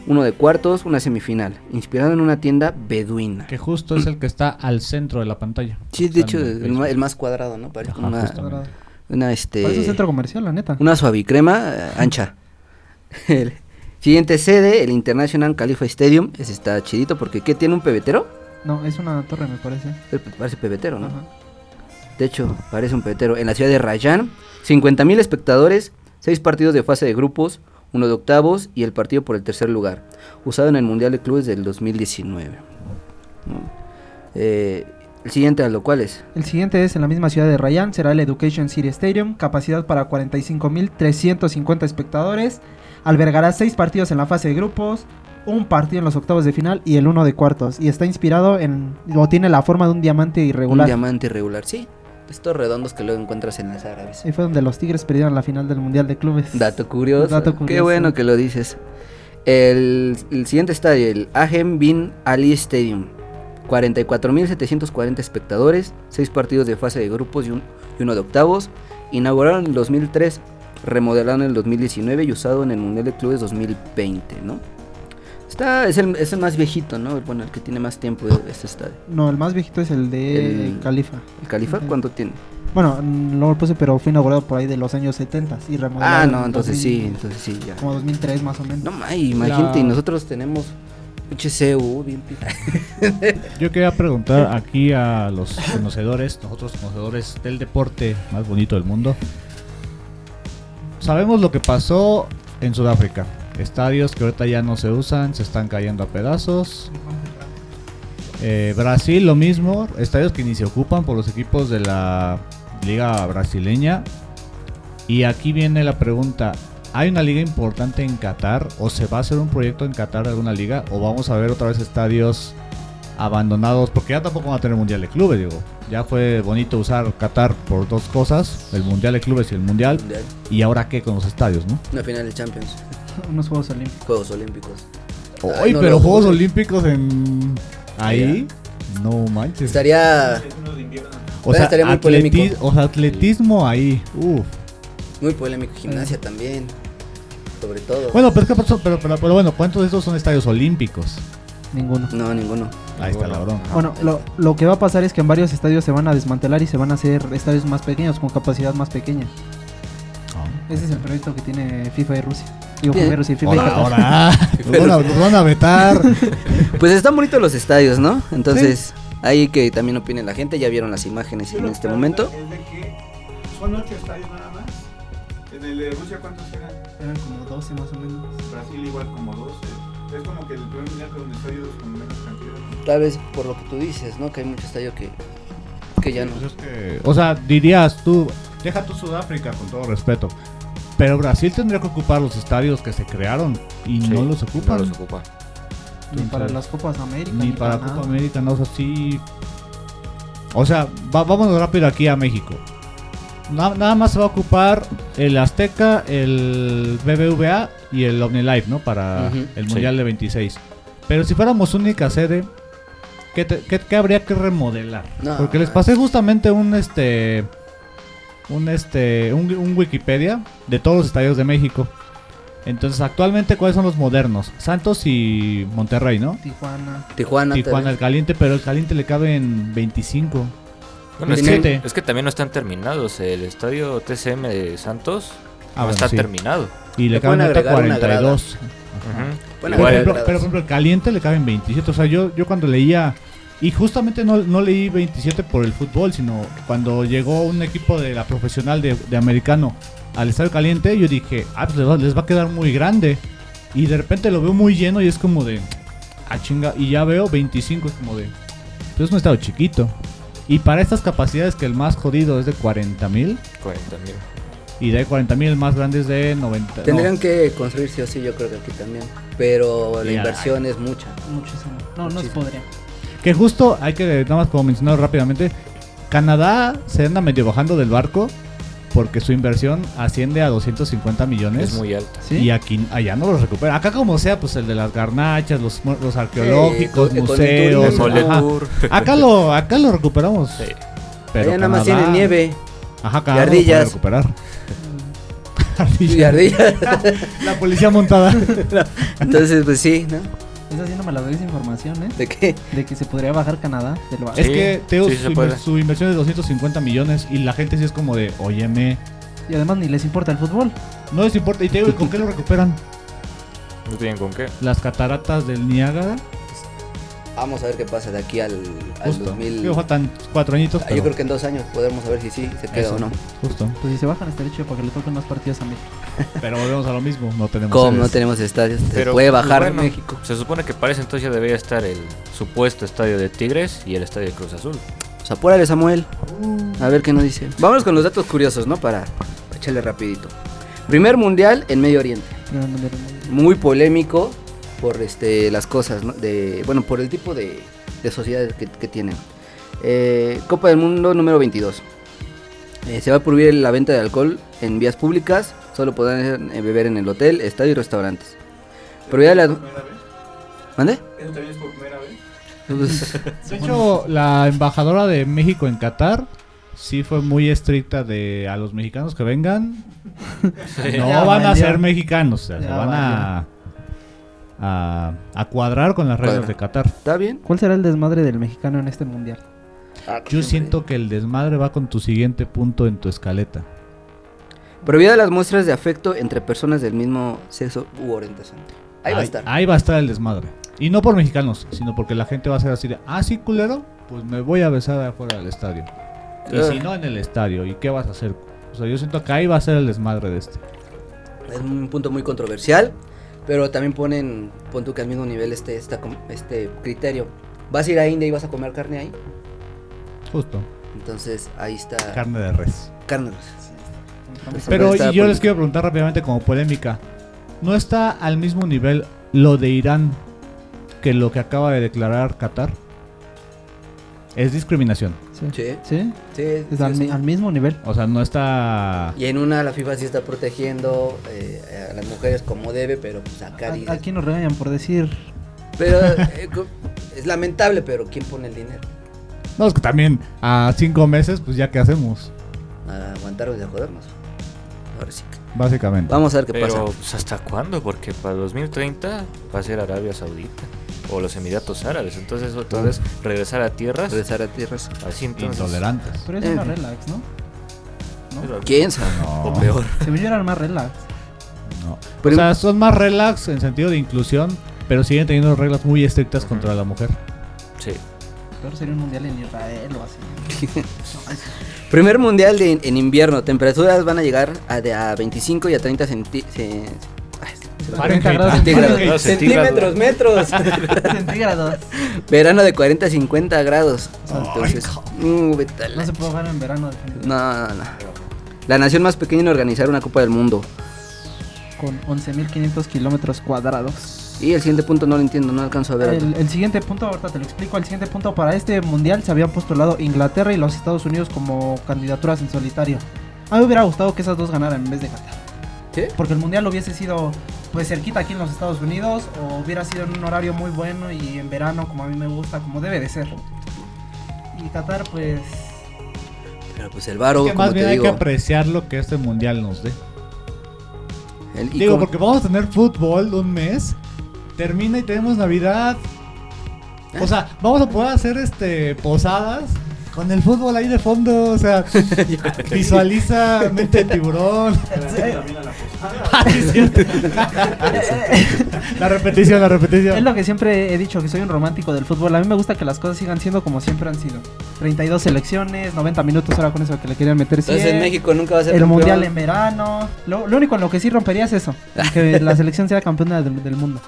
S2: uno de cuartos, una semifinal, inspirado en una tienda beduina.
S1: Que justo es el que está al centro de la pantalla.
S2: Sí, de
S1: Está
S2: hecho,
S1: en
S2: el,
S1: Facebook.
S2: ma- el más cuadrado, ¿no? Parece
S1: Ajá,
S2: como una,
S1: justamente.
S3: Cuadrado.
S2: una, este,
S3: Parece un centro comercial, la neta.
S2: una suavicrema eh, ancha. El siguiente sede, el International Califa Stadium. Ese está chidito porque ¿qué tiene un pebetero?
S3: No, es una torre, me parece.
S2: Parece pebetero, ¿no?
S3: Ajá.
S2: De hecho, parece un petero. En la ciudad de Rayán, 50.000 espectadores, 6 partidos de fase de grupos, uno de octavos y el partido por el tercer lugar, usado en el Mundial de Clubes del 2019. ¿no? Eh, el siguiente a lo cual es
S3: El siguiente es en la misma ciudad de Rayán, será el Education City Stadium, capacidad para 45.350 espectadores, albergará seis partidos en la fase de grupos, un partido en los octavos de final y el uno de cuartos, y está inspirado en, o tiene la forma de un diamante
S2: un
S3: irregular.
S2: diamante irregular. Sí, estos redondos que luego encuentras en las árabes. ¿eh?
S3: Ahí fue donde los Tigres perdieron la final del Mundial de Clubes.
S2: Dato curioso.
S3: Dato
S2: Qué
S3: curioso.
S2: bueno que lo dices. El, el siguiente estadio, el Agen Bin Ali Stadium. 44.740 espectadores, 6 partidos de fase de grupos y, un- y uno de octavos. Inaugurado en el 2003, remodelado en el 2019 y usado en el Mundial de Clubes 2020, ¿no? Está, es, el, es el más viejito, ¿no? Bueno, el que tiene más tiempo de este estadio.
S3: No, el más viejito es el de
S2: El-
S3: Califa.
S2: ¿El Califa
S3: Ujú.
S2: cuánto tiene?
S3: Bueno, mm, no lo puse, pero fue inaugurado por ahí de los años 70 y remodelado.
S2: Ah,
S3: en
S2: no, entonces
S3: 2000,
S2: sí, entonces sí, ya.
S3: Como 2003 más o menos.
S2: No, ma, imagínate,
S1: La-
S2: y nosotros tenemos pinche CU bien pi-
S1: Yo quería preguntar aquí a los conocedores, nosotros conocedores del deporte más bonito del mundo. Sabemos lo que pasó en Sudáfrica. Estadios que ahorita ya no se usan, se están cayendo a pedazos. Eh, Brasil lo mismo, estadios que ni se ocupan por los equipos de la liga brasileña. Y aquí viene la pregunta, ¿hay una liga importante en Qatar o se va a hacer un proyecto en Qatar de alguna liga o vamos a ver otra vez estadios abandonados? Porque ya tampoco van a tener Mundial de Clubes, digo. Ya fue bonito usar Qatar por dos cosas, el Mundial de Clubes y el Mundial.
S2: Mundial,
S1: ¿Y ahora qué con los estadios, no?
S2: Una final de Champions,
S3: Unos Juegos Olímpicos.
S2: Juegos Olímpicos.
S1: Ay,
S2: no
S1: pero
S2: lo
S1: Juegos
S2: juzgues.
S1: Olímpicos en... Ahí... No manches.
S2: Estaría
S5: Es uno de invierno.
S1: O sea,
S2: estaría muy polémico.
S1: atleti- o sea, atletismo ahí. Uf.
S2: muy polémico. Gimnasia también, sobre todo.
S1: Bueno, pero, es que pasó- pero, pero- pero bueno, ¿cuántos de estos son estadios olímpicos?
S3: Ninguno.
S2: No, ninguno.
S1: Ahí está la bronca.
S3: Bueno, lo, lo que va a pasar es que en varios estadios se van a desmantelar y se van a hacer estadios más pequeños, con capacidad más pequeña. Ese es el proyecto que tiene FIFA y Rusia. Digo,
S2: Bien.
S3: FIFA y Rusia, FIFA y
S1: Ahora,
S3: Qatar.
S1: ahora. Nos van a- nos van a vetar.
S2: Pues están bonitos los estadios, ¿no? Entonces, ahí que también opine la gente, ya vieron las imágenes
S5: Yo
S2: en
S5: lo
S2: este
S5: que
S2: momento.
S5: habla Es de que son ocho estadios nada más. En el de Rusia, ¿cuántos eran?
S3: Eran como 12 más o menos.
S5: Brasil, igual como 12. Es como que el primer mundial con estadios con menos cantidad.
S2: Tal vez por lo que tú dices, ¿no? Que hay mucho estadio que, que ya no.
S1: Pues es que, o sea, dirías tú, deja tú Sudáfrica con todo respeto. Pero Brasil tendría que ocupar los estadios que se crearon y
S4: Sí,
S1: no los ocupan.
S4: No los ocupa.
S3: Ni para
S1: Entonces,
S3: las Copas América.
S1: ni para
S3: nada.
S1: Copa América, no, o sea, sí. O sea, va- vámonos rápido aquí a México. Na- nada más se va a ocupar el Azteca, el BBVA y el OmniLife, ¿no? Para
S2: Ujú,
S1: el
S4: sí.
S1: Mundial de 26. Pero si fuéramos única sede, ¿qué, te- qué- qué habría que remodelar?
S2: No,
S1: Porque les pasé justamente un este. Un este. Un, un Wikipedia de todos los estadios de México. Entonces, actualmente, ¿cuáles son los modernos? Santos y Monterrey, ¿no?
S3: Tijuana.
S2: Tijuana, tal
S1: Tijuana el
S2: vez.
S1: caliente, pero el caliente le cabe en 25.
S4: Bueno, es
S1: Tiene-
S4: que, es que también no están terminados. El estadio TCM de Santos
S1: Ah,
S4: no
S1: bueno,
S4: está
S1: sí.
S4: terminado.
S1: Y le,
S2: Le
S1: cabe
S2: pueden
S1: hasta
S2: agregar una
S1: 42.
S4: Ujú.
S2: Bueno,
S1: Pero, por
S4: Igual,
S1: ejemplo,
S2: gradas.
S1: pero, por ejemplo, el caliente le cabe en 27. O sea, yo, yo cuando leía. Y justamente no, no leí 27 por el fútbol, sino cuando llegó un equipo de la profesional de, de americano al estadio caliente, yo dije, ah, pues les va, les va a quedar muy grande. Y de repente lo veo muy lleno y es como de, ah, chinga. Y ya veo 25, es como de, pues es un estado chiquito. Y para estas capacidades que el más jodido es de 40 mil,
S4: 40.000.
S1: Y de 40 mil, el más grande es de 90.
S2: Tendrían
S1: no.
S2: que construir sí o sí, yo creo que aquí también. Pero la
S1: Ya.
S2: inversión es mucha.
S3: Muchísimo. No, no se
S2: Muchísimo.
S3: podría.
S1: Que justo hay que, nada más como mencionar rápidamente, Canadá se anda medio bajando del barco porque su inversión asciende a 250 millones.
S4: Es muy alto.
S3: ¿Sí?
S1: Y aquí, allá no los recupera. Acá como sea, pues el de las garnachas, los, mu- los arqueológicos,
S2: Sí, Eh, con- con el
S1: museos.
S2: turismo.
S1: ajá.
S4: Moletour.
S1: Acá lo, acá lo recuperamos.
S4: Sí.
S1: Pero
S2: Allá nada más
S1: Canadá-
S2: tienen nieve
S1: Ajá, Canadá no lo
S2: ardillas.
S1: puede recuperar.
S2: y
S1: Ardillas.
S2: ardillas.
S1: La policía montada.
S2: Entonces, pues sí, ¿no?
S3: Esa sí no me la doy esa información, ¿eh?
S2: ¿De qué?
S3: De que se podría bajar Canadá del barco.
S1: Es
S4: Sí,
S1: que Teo,
S4: sí se
S1: su, inver-
S4: puede.
S1: su inversión es de 250 millones y la gente sí es como de, óyeme,
S3: Y además ni les importa el fútbol.
S1: no les importa. Y te digo, ¿y con qué lo recuperan?
S4: No tienen con qué.
S1: Las cataratas del Niágara.
S2: Vamos a ver qué pasa de aquí al, al
S1: Justo.
S2: 2000.
S1: Digo, faltan cuatro añitos.
S2: Ah,
S1: Pero
S2: Yo creo que en dos años podemos saber si sí se queda
S1: Eso.
S2: o no.
S1: Justo.
S3: Pues si se bajan este derecho para que le toquen más partidos a México.
S1: Pero volvemos a lo mismo. No tenemos.
S2: Como no
S1: sedes.
S2: tenemos estadios, se
S4: Pero,
S2: puede
S4: pues,
S2: bajar
S4: bueno,
S2: México.
S4: Se supone que para ese entonces ya debería estar el supuesto estadio de Tigres y el estadio de Cruz Azul.
S2: Pues apúrale, Samuel.
S4: Uh.
S2: A ver qué nos dice. Vámonos con los datos curiosos, ¿no? Para para echarle rapidito. Primer mundial en Medio Oriente.
S3: Primero en el mundo.
S2: Muy polémico por este, las cosas, ¿no? De, bueno, por el tipo de, de sociedades que, que tienen. Eh, Copa del Mundo número 22. Eh, se va a prohibir la venta de alcohol en vías públicas. Solo podrán eh, beber en el hotel, estadio y restaurantes. Prohibida la...
S5: ¿Primera vez?
S2: ¿Mande?
S5: ¿Eso también es por primera vez?
S2: Pues,
S1: De hecho, la embajadora de México en Qatar sí fue muy estricta de a los mexicanos que vengan. No
S3: Ya
S1: van a
S3: valió.
S1: ser mexicanos. o sea, se
S3: Ya
S1: van a, a, a cuadrar con las reglas
S2: Cuadra.
S1: de Qatar.
S2: ¿Está bien?
S3: ¿Cuál será el desmadre del mexicano en este mundial?
S1: Yo siento que el desmadre va con tu siguiente punto en tu escaleta.
S2: Prohibida las muestras de afecto entre personas del mismo sexo u orientación. Ahí va a estar.
S1: Ahí va a estar el desmadre. Y no por mexicanos, sino porque la gente va a ser así de, ah, sí, culero, pues me voy a besar afuera del estadio. Y
S2: Ah.
S1: si no, en el estadio. ¿Y qué vas a hacer? O sea, yo siento que ahí va a ser el desmadre de este.
S2: Es un punto muy controversial, pero también ponen, pon tú que al mismo nivel este, esta com- este criterio. Vas a ir a India y vas a comer carne ahí.
S1: Justo.
S2: Entonces ahí está
S1: Carne de res.
S2: carne.
S1: Pero
S2: Está
S1: y yo
S2: pol-
S1: les quiero preguntar rápidamente como polémica. ¿No está al mismo nivel lo de Irán que lo que acaba de declarar Qatar? Es discriminación.
S3: Sí.
S2: Sí,
S3: Sí,
S2: sí,
S3: es
S2: sí,
S3: al,
S2: sí.
S3: al mismo nivel.
S1: O sea, no está...
S2: Y en una la FIFA sí está protegiendo eh, a las mujeres como debe, pero pues acá
S3: A-
S2: dice-
S3: Aquí nos regañan por decir.
S2: Pero eh, co- es lamentable, pero ¿quién pone el dinero?
S1: No, es que también a cinco meses, pues ya qué hacemos,
S2: A aguantarnos y a jodernos. Ahora sí. que-
S1: básicamente.
S2: Vamos a ver qué
S4: Pero,
S2: pasa.
S4: pues, ¿hasta cuándo? Porque para 2030 va a ser Arabia Saudita o los Emiratos Árabes. Entonces, otra vez, regresar a tierras.
S2: Regresar a tierras.
S4: Así entonces.
S1: Intolerantes.
S3: Pero es
S2: Eh.
S3: una relax, ¿no?
S4: Pero-
S2: ¿Quién sabe?
S1: No.
S2: O peor.
S3: Se me era el más relax.
S1: No.
S2: Pero-
S1: o sea, son más relax en sentido de inclusión, pero siguen teniendo reglas muy estrictas contra la mujer.
S4: Sí.
S3: Peor sería un mundial en Israel o así.
S2: Primer mundial de- en invierno. Temperaturas van a llegar a, de a 25 y a 30 centi- ce- ay,
S1: Fahrenheit.
S3: 30 grados
S2: centígrados.
S4: Fahrenheit.
S2: Centímetros, metros.
S3: centígrados.
S2: Verano de 40 a 50 grados. Entonces, mm, vete a la-
S3: No se puede jugar en verano. definitivamente.
S2: no, no, no. La nación más pequeña en organizar una Copa del Mundo.
S3: Con 11.500 kilómetros cuadrados.
S2: Y el siguiente punto no lo entiendo, no alcanzo a ver.
S3: El, el siguiente punto, ahorita te lo explico. El siguiente punto para este mundial se habían postulado Inglaterra y los Estados Unidos como candidaturas en solitario. A mí me hubiera gustado que esas dos ganaran en vez de Qatar.
S2: ¿Sí?
S3: Porque el mundial hubiese sido pues cerquita aquí en los Estados Unidos o hubiera sido en un horario muy bueno y en verano como a mí me gusta, como debe de ser. Y Qatar pues...
S2: Pero pues el varo,
S1: Que
S2: como
S1: más bien
S2: te
S1: hay que
S2: digo.
S1: apreciar lo que este mundial nos dé.
S2: el- y
S1: Digo,
S2: como-
S1: porque vamos a tener fútbol un mes, termina y tenemos Navidad.
S2: Ah.
S1: O sea, vamos a poder hacer este posadas con el fútbol ahí de fondo. O sea, visualiza mente de tiburón.
S3: eh,
S5: También a la posada.
S1: Ah, sí, es cierto. la repetición, la
S3: Es
S1: repetición.
S3: lo que siempre he dicho, que soy un romántico del fútbol. A mí me gusta que las cosas sigan siendo como siempre han sido. 32 selecciones, 90 minutos ahora con eso que le querían meter 100.
S2: Entonces México nunca va a ser
S3: El
S2: campeón.
S3: mundial en verano. Lo, lo único en lo que sí rompería es eso. Que la selección sea campeona del, del mundo.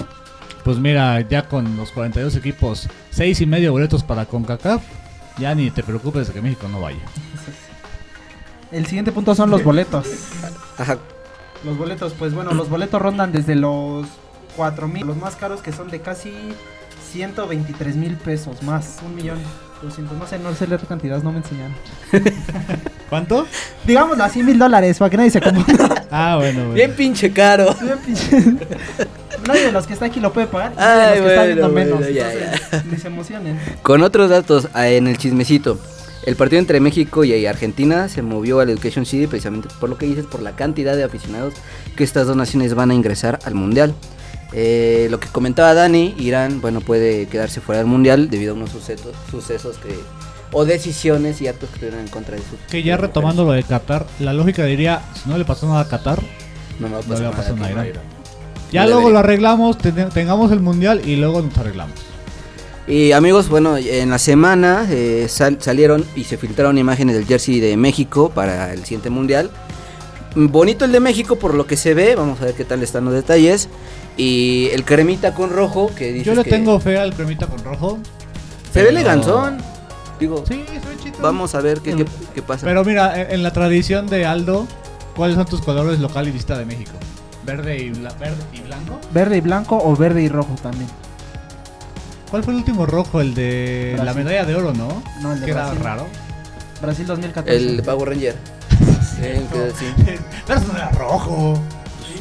S1: Pues mira, ya con los 42 equipos, 6 y medio boletos para CONCACAF. Ya ni te preocupes de que México no vaya.
S3: El siguiente punto son los boletos.
S2: Ajá.
S3: Los boletos, pues bueno, los boletos rondan desde los 4 mil. Los más caros que son de casi 123 mil pesos más. Un millón. 200, no sé, no sé leer cantidades, no me enseñaron.
S1: ¿Cuánto?
S3: Digámoslo así, mil dólares, para que nadie se confunda.
S1: Ah, bueno,
S2: Bien
S1: bueno.
S2: pinche caro.
S3: nadie de los que está aquí lo puede pagar. y
S2: Ay,
S3: nadie de los que está
S2: bueno,
S3: viendo
S2: bueno,
S3: menos.
S2: ya,
S3: entonces, ni se emocionen.
S2: Con otros datos ah, en el chismecito. El partido entre México y Argentina se movió al Education City precisamente por lo que dices, por la cantidad de aficionados que estas dos naciones van a ingresar al Mundial. Eh, lo que comentaba Dani, Irán, bueno, puede quedarse fuera del Mundial debido a unos sucesos, sucesos que, o decisiones y actos que tuvieron en contra de sus...
S1: Que ya retomando lo de Qatar, la lógica diría, si no le pasó nada a Qatar,
S2: No me va a
S1: no
S2: pasar
S1: le va a
S2: nada
S1: pasar
S2: aquí.
S1: nada a Irán.
S2: No
S1: Ya
S2: le
S1: luego
S2: debería.
S1: lo arreglamos, ten- tengamos el mundial y luego nos arreglamos.
S2: Y amigos, bueno, en la semana eh, sal- salieron y se filtraron imágenes del jersey de México para el siguiente mundial. Mm, Bonito el de México por lo que se ve, vamos a ver qué tal están los detalles. Y el cremita con rojo que dice...
S1: Yo le tengo fe al cremita con rojo.
S2: Se ve
S1: pero-
S2: eleganzón. Digo,
S1: Sí, se ve chido.
S2: vamos a ver qué, qué- qué pasa.
S1: Pero mira, e-, en- en la tradición de Aldo, ¿cuáles son tus colores local y lista de México? ¿Verde y, bla- verde y blanco?
S3: Verde y blanco o verde y rojo también.
S1: ¿Cuál fue el último rojo? El de la
S3: Brasil.
S1: medalla de oro, ¿no?
S3: No, el de
S1: que era
S3: Brasil.
S1: raro.
S3: Brasil 2014.
S2: el Power Ranger. El que- sí.
S1: Pero eso no era rojo.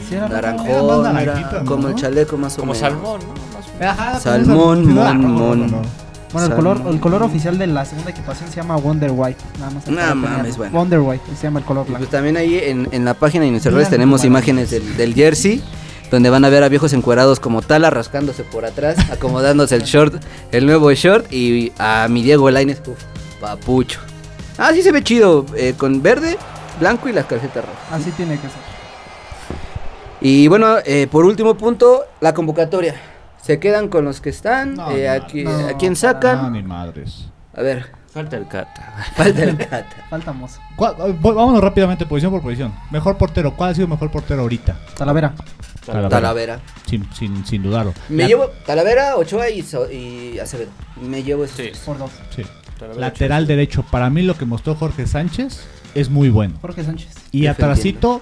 S3: Sí, era rojo.
S2: Naranjón,
S1: Era más
S2: era
S1: naranjito, ¿no?
S2: como el chaleco más o
S4: Como
S2: menos.
S4: salmón, ¿no? Más o menos.
S1: Ajá,
S2: Salmón,
S1: pero eso- sí, no era
S2: mon,
S1: rojo,
S2: mon.
S1: rojo, no.
S3: Bueno, el
S2: Salmón.
S3: color, el color oficial de la segunda equipación se llama Wonder White. Nada más.
S2: No
S3: para
S2: mames,
S3: tenerlo.
S2: bueno.
S3: Wonder White, se llama el color
S2: Y pues
S3: blanco.
S2: también ahí en, en la página y en nuestras redes
S3: Mira,
S2: tenemos
S3: madre.
S2: imágenes del, del jersey, donde van a ver a viejos encuerados como Tala rascándose por atrás, acomodándose el short, el nuevo short, y a mi Diego Lainez, uf, papucho. Ah, sí se ve chido, eh, con verde, blanco y las calcetas rojas.
S3: Así tiene que ser.
S2: Y bueno, eh, por último punto, la convocatoria. Se quedan con los que están,
S1: No,
S2: eh,
S1: no,
S2: a, qui-
S3: no,
S2: a quién
S3: para
S2: sacan.
S1: No, ni Ah, madres.
S2: A ver,
S4: Falta el Cata.
S2: Falta el Cata.
S3: Falta mozo.
S1: ¿Cuál- eh, voy- vámonos rápidamente, posición por posición. Mejor portero, ¿cuál ha sido mejor portero ahorita?
S3: Talavera.
S1: Talavera.
S2: Talavera.
S1: Sin, sin, sin dudarlo.
S2: Me
S1: La-
S2: llevo Talavera, Ochoa y, So- y Acevedo. Me llevo esos
S4: Sí.
S2: tres.
S3: Por dos.
S1: sí.
S4: Talavera,
S1: Lateral derecho, para mí lo que mostró Jorge Sánchez es muy bueno.
S3: Jorge Sánchez.
S1: Y
S2: Defendiendo.
S1: atrasito,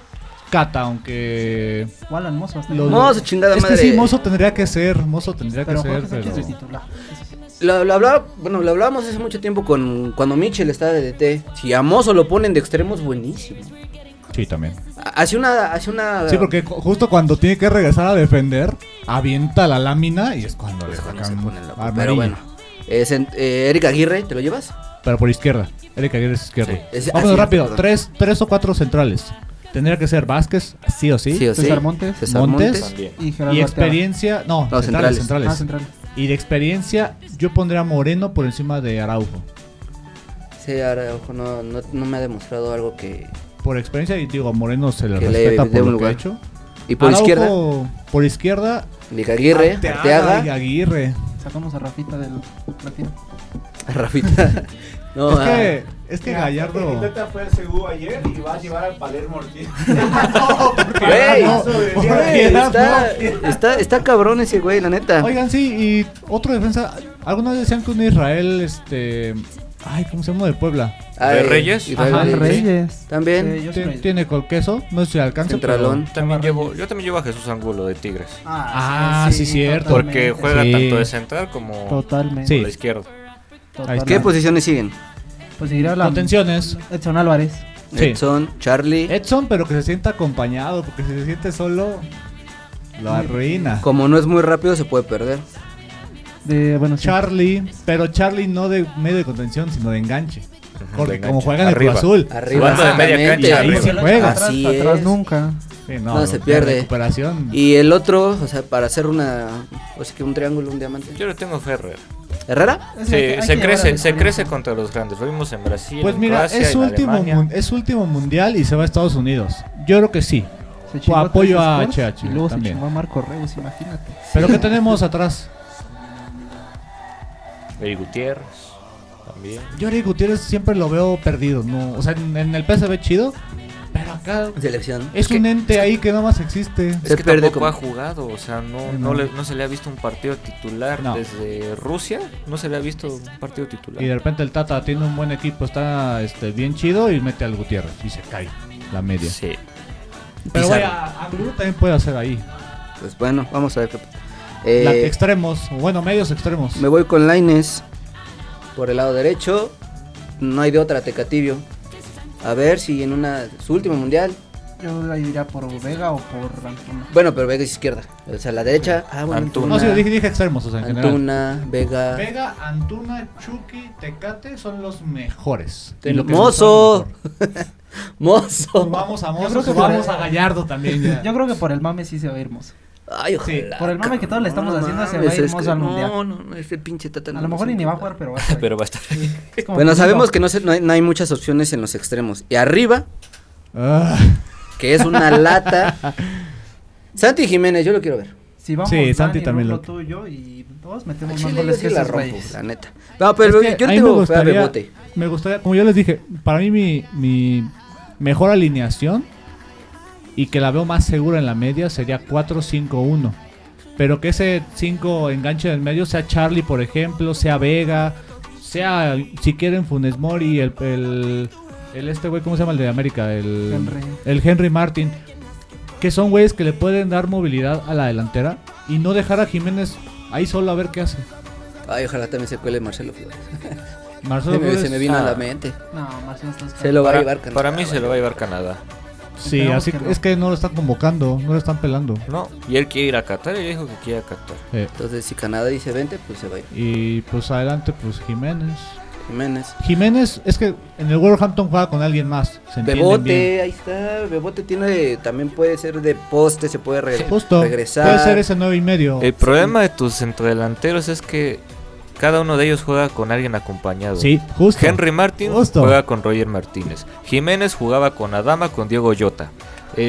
S1: Cata, aunque...
S3: O Alan Mozo. hasta
S1: Los-
S3: ahí.
S2: No, su chingada
S1: es
S2: madre.
S1: que sí, Mozo tendría que ser, Mozo tendría
S3: pero
S1: que
S3: Jorge
S1: ser,
S3: Sánchez
S1: pero...
S3: es titular. Eso sí.
S2: Lo, lo hablaba, bueno, lo hablábamos hace mucho tiempo con cuando Mitchell estaba de DT. Si a Mozo lo ponen de extremo es buenísimo.
S1: Sí, también.
S2: Hace una, hace una.
S1: Sí, porque cu- justo cuando tiene que regresar a defender, avienta la lámina y es cuando le
S2: Pues, cuando se
S1: sacan
S2: pone loco. Pero
S1: amarillo.
S2: bueno. Es en- eh, Eric Aguirre, ¿te lo llevas?
S1: Pero por izquierda. Erika Aguirre es izquierda.
S4: Sí.
S2: Es-
S1: Vámonos
S2: así es,
S1: rápido.
S2: perdón.
S1: Tres, tres o cuatro centrales. Tendría que ser Vázquez, sí o sí.
S2: Sí o sí.
S3: César Montes.
S2: César Montes.
S1: Montes.
S4: También.
S3: Y Gerardo
S1: Y
S3: Arteaga.
S1: experiencia. No,
S2: No,
S1: centrales,
S2: centrales.
S1: centrales.
S3: Ah, central.
S1: Y de experiencia, yo pondría a Moreno por encima de Araujo.
S2: Sí, Araujo no, no, no me ha demostrado algo que.
S1: Por experiencia, y digo, a Moreno se le
S2: Que le
S1: respeta
S2: dé
S1: por
S2: un
S1: lo
S2: lugar.
S1: que ha hecho.
S2: Y por
S1: Araujo,
S2: izquierda,
S1: Por izquierda,
S2: Eric Aguirre,
S1: Arteaga
S2: Arteaga,
S1: y Aguirre.
S3: Sacamos a Rafita del retiro.
S2: Rafita. No,
S1: es,
S2: ah,
S1: que, es que
S5: El
S1: Gallardo.
S5: Tata fue a Cebú ayer y va a llevar al Palermo Ortiz.
S2: Güey,
S1: No,
S2: güey,
S1: porque era-
S2: está,
S1: no.
S2: está, está cabrón ese güey, la neta.
S1: Oigan, sí, y otro defensa. Algunos decían que un Israel, este. Ay, ¿cómo se llama? De Puebla.
S2: Ay,
S4: ¿De Reyes?
S2: Israel
S1: Ajá,
S2: Reyes.
S3: Reyes.
S2: También.
S3: Sí, yo soy
S1: Tien-
S3: Reyes.
S1: Tiene col queso, no sé si alcanza.
S2: Centralón.
S4: También llevo, yo también llevo a Jesús Angulo de Tigres.
S1: Ah, sí, cierto.
S4: Porque
S3: totalmente.
S4: juega
S1: Sí.
S4: tanto de central como
S3: Totalmente.
S1: Sí.
S4: por la izquierda.
S3: totalmente.
S2: ¿Qué posiciones siguen?
S3: Pues seguirá la.
S1: Contenciones.
S3: Edson Álvarez.
S1: Sí.
S2: Edson, Charlie.
S1: Edson, pero que se sienta acompañado, porque si se siente solo, lo arruina.
S2: Como no es muy rápido, se puede perder.
S3: De, bueno, sí.
S1: Charlie, pero Charlie no de medio de contención, sino de enganche. Porque
S4: de
S1: como
S4: enganche.
S1: juegan en el
S4: Arriba.
S1: Cruz Azul.
S2: Ah, Arriba.
S4: Jugando de media
S2: exactamente.
S4: cancha,
S1: Ahí
S4: arriba.
S1: sí juega.
S2: Así
S3: Hasta atrás
S2: es.
S3: nunca.
S1: Sí,
S2: No, se
S1: la
S2: pierde.
S1: recuperación.
S2: Y el otro, o sea, para hacer una. O sea, que un triángulo, un diamante.
S4: Yo le tengo fe a Herrera.
S2: ¿Herrera?
S3: Es que hay que
S4: Sí, se
S3: llevar a
S4: crece,
S3: los
S4: se crece
S3: experiencias.
S4: contra los grandes. Lo vimos en Brasil.
S1: Pues
S4: en
S1: mira,
S4: Croacia,
S1: es su
S4: en
S1: último,
S4: Alemania.
S1: mun- es su último mundial y se va a Estados Unidos. Yo creo que sí.
S3: Se chingó
S1: apoyo a
S3: tres scores
S1: HH
S3: Y luego
S1: también.
S3: se chingó a Marco Reus, imagínate.
S1: Pero ¿qué tenemos atrás?
S4: Eri Gutiérrez. También.
S1: Yori Gutiérrez siempre lo veo perdido, ¿no? O sea, en, en el PSV chido, pero acá
S2: Selección.
S1: es un ente ahí que nada más existe.
S4: Es
S2: Se
S4: que
S2: pierde
S4: tampoco
S2: como-
S4: ha jugado, o sea, no,
S1: No.
S4: no, le- no se le ha visto un partido titular
S1: No.
S4: desde Rusia, no se le ha visto un partido titular.
S1: Y de repente el Tata tiene un buen equipo, está este, bien chido y mete al Gutiérrez y se cae la media.
S4: Sí.
S1: Pero
S2: Pizarro.
S1: vaya, Angulo también puede hacer ahí.
S2: Pues bueno, vamos a ver qué pasa.
S1: La-
S2: Eh,
S1: extremos, o bueno, medios extremos.
S2: me voy con Laines. Por el lado derecho. No hay de otra, Tecatibio. A ver si en una. Su último mundial.
S3: Yo ahí diría por Vega o por Antuna.
S2: Bueno, pero Vega es izquierda. O sea, la derecha. Ah, bueno,
S4: Antuna.
S1: No, sí, dije, dije extremos, o sea, en general.
S2: Antuna, Vega.
S1: Vega, Antuna, Chucky, Tecate son los mejores.
S2: Te-
S1: Y lo que
S2: ¡Mozo!
S1: nos
S2: Mozo.
S1: Vamos a
S3: creo
S1: Mozo,
S3: que
S1: vamos
S3: por-
S1: a Gallardo también. ya.
S3: Yo creo que por el mame sí se va a ir mozo.
S2: Ay,
S1: Sí,
S2: ojalá.
S3: por el mame que todos le estamos
S2: No
S3: haciendo, se
S2: mames,
S3: va a ir
S2: es
S3: Mozo
S2: que-
S3: al mundial.
S2: No, no, no, ese pinche tata. no
S3: A lo mejor y ni va a jugar, pero va a estar ahí.
S4: Pero va a estar ahí.
S3: Es como
S2: Bueno,
S3: Pulisic.
S2: sabemos que no, se- no hay, no hay muchas opciones en los extremos. Y arriba,
S1: Ah,
S2: que es una lata. Santi Jiménez, yo lo quiero ver.
S3: Si vamos
S1: Sí,
S3: Dani,
S1: Santi también
S3: Rulo,
S1: lo-
S3: tú y yo y todos metemos
S2: Al
S3: más
S2: Chile
S3: goles
S2: yo
S3: que
S2: sí la
S3: esos
S2: rompo,
S3: reyes.
S2: la neta. No, pero
S1: es que
S2: yo
S1: a mí
S2: tengo
S1: me
S2: fe a
S1: gustaría-
S2: Bebote.
S1: Me gustaría, como yo les dije, para mí mi, mi mejor alineación y que la veo más segura en la media sería 4-5-1. Pero que ese 5 enganche del medio sea Charlie, por ejemplo, sea Vega, sea, si quieren, Funes Mori, el, el, el este güey, ¿cómo se llama? El de América, el
S3: Henry.
S1: el Henry Martin. Que son güeyes que le pueden dar movilidad a la delantera y no dejar a Jiménez ahí solo a ver qué hace.
S2: Ay, ojalá también se cuele Marcelo Flores.
S1: Marcelo
S2: Eh, Se me,
S1: Flores-
S2: se me vino a la
S4: Ah.
S2: mente.
S3: No, Marcelo está
S2: Se lo va a
S4: Para,
S2: llevar Canadá,
S4: para mí se
S2: güey.
S4: lo va a llevar Canadá.
S1: Sí,
S3: Esperamos
S1: así
S3: que no.
S1: es que no lo están convocando, no lo están pelando.
S4: No, y él quiere ir a Qatar y dijo que quiere a Qatar.
S1: Eh,
S2: Entonces, si Canadá dice 20, pues se va a ir.
S1: y pues adelante, pues Jiménez.
S2: Jiménez.
S1: Jiménez es que en el Wolverhampton juega con alguien más. Se entienden bien.
S2: Bebote, ahí está. Bebote tiene, también puede ser de poste, se puede re-
S1: Justo.
S2: regresar.
S1: Puede ser ese 9 y medio.
S4: El problema de tus centrodelanteros es que cada uno de ellos juega con alguien acompañado.
S1: sí, justo.
S4: Henry Martin
S1: Justo.
S4: juega con Roger Martínez. Jiménez jugaba con Adama, con Diego Llota.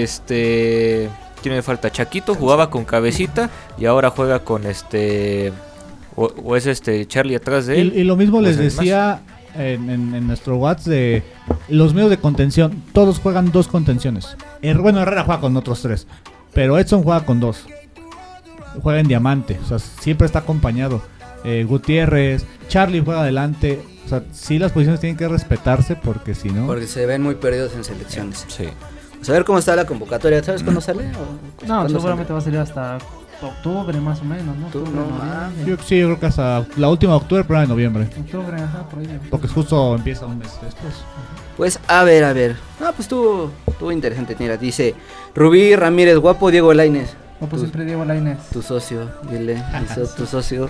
S4: Este. Tiene falta Chaquito, jugaba con Cabecita y ahora juega con este. O, o es este Charlie atrás de
S1: Y,
S4: él.
S1: y lo mismo les
S4: Pues hay más.
S1: decía en, en- en nuestro WhatsApp de los medios de contención. Todos juegan dos contenciones. Her- bueno, Herrera juega con otros tres, pero Edson juega con dos. Juega en diamante, o sea, siempre está acompañado. Eh, Gutiérrez, Charlie juega adelante. O sea, sí las posiciones tienen que respetarse porque si no...
S2: Porque se ven muy perdidos en selecciones.
S4: Sí.
S2: Pues a ver cómo está la convocatoria. ¿Sabes cuándo sale? ¿O
S3: No, pues,
S2: cuándo
S3: seguramente va a salir hasta octubre más o menos, ¿no?
S2: Tú,
S3: Octubre,
S2: no
S3: noviembre.
S2: mames.
S1: Yo sí, yo creo que hasta la última de octubre, primera de noviembre.
S3: Octubre, ajá, por ahí.
S1: Porque justo empieza un mes después.
S2: Pues a ver, a ver. Ah, pues estuvo, estuvo interesante. Mira, dice Rubí Ramírez, guapo Diego Laines.
S3: No,
S2: Tú-
S3: pues siempre Diego Lainez.
S2: Tu socio, dile, mi so- tu socio.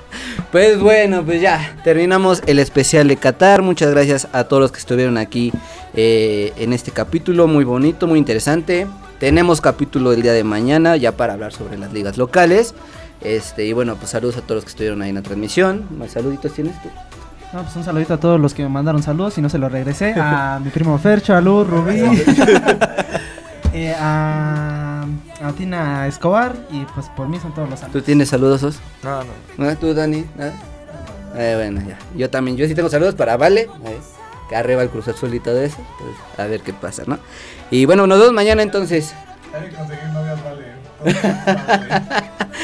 S2: pues bueno, pues ya, terminamos el especial de Qatar. Muchas gracias a todos los que estuvieron aquí eh, en este capítulo, muy bonito, muy interesante. Tenemos capítulo el día de mañana ya para hablar sobre las ligas locales. Este, y bueno, pues saludos a todos los que estuvieron ahí en la transmisión. ¿Más saluditos tienes tú?
S3: No, pues un saludito a todos los que me mandaron saludos y no se los regresé. A mi primo Fercho, a Luz, Rubí. eh, a, a Tina Escobar. Y pues por mí son todos los
S2: ¿Tú
S3: saludos.
S2: tienes saludos, Os?
S4: No, no.
S2: ¿No? ¿Tú, Dani? ¿Nada? Eh, bueno, ya. Yo también, yo sí tengo saludos para Vale, eh, que arriba el Cruz Azul y todo eso. Pues, a ver qué pasa, ¿no? Y bueno, nos vemos mañana entonces.
S6: Hay que conseguir novias, vale. Entonces,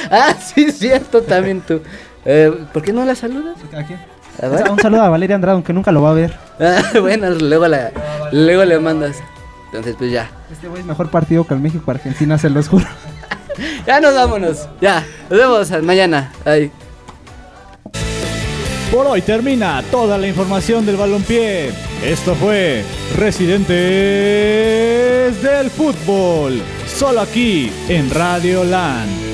S2: Ah, sí, es cierto, también tú. Eh, ¿Por qué no la saludas?
S3: ¿A quién?
S2: A ver.
S3: Un saludo a Valeria Andrade, aunque nunca lo va a ver.
S2: Ah, bueno, luego, la, luego le mandas. Entonces, pues ya.
S3: Este güey es mejor partido que el México-Argentina, se los juro.
S2: Ya nos vámonos. Ya. Nos vemos mañana. Ay.
S1: Por hoy termina toda la información del balompié. Esto fue Residentes del Fútbol, solo aquí en Radio Land.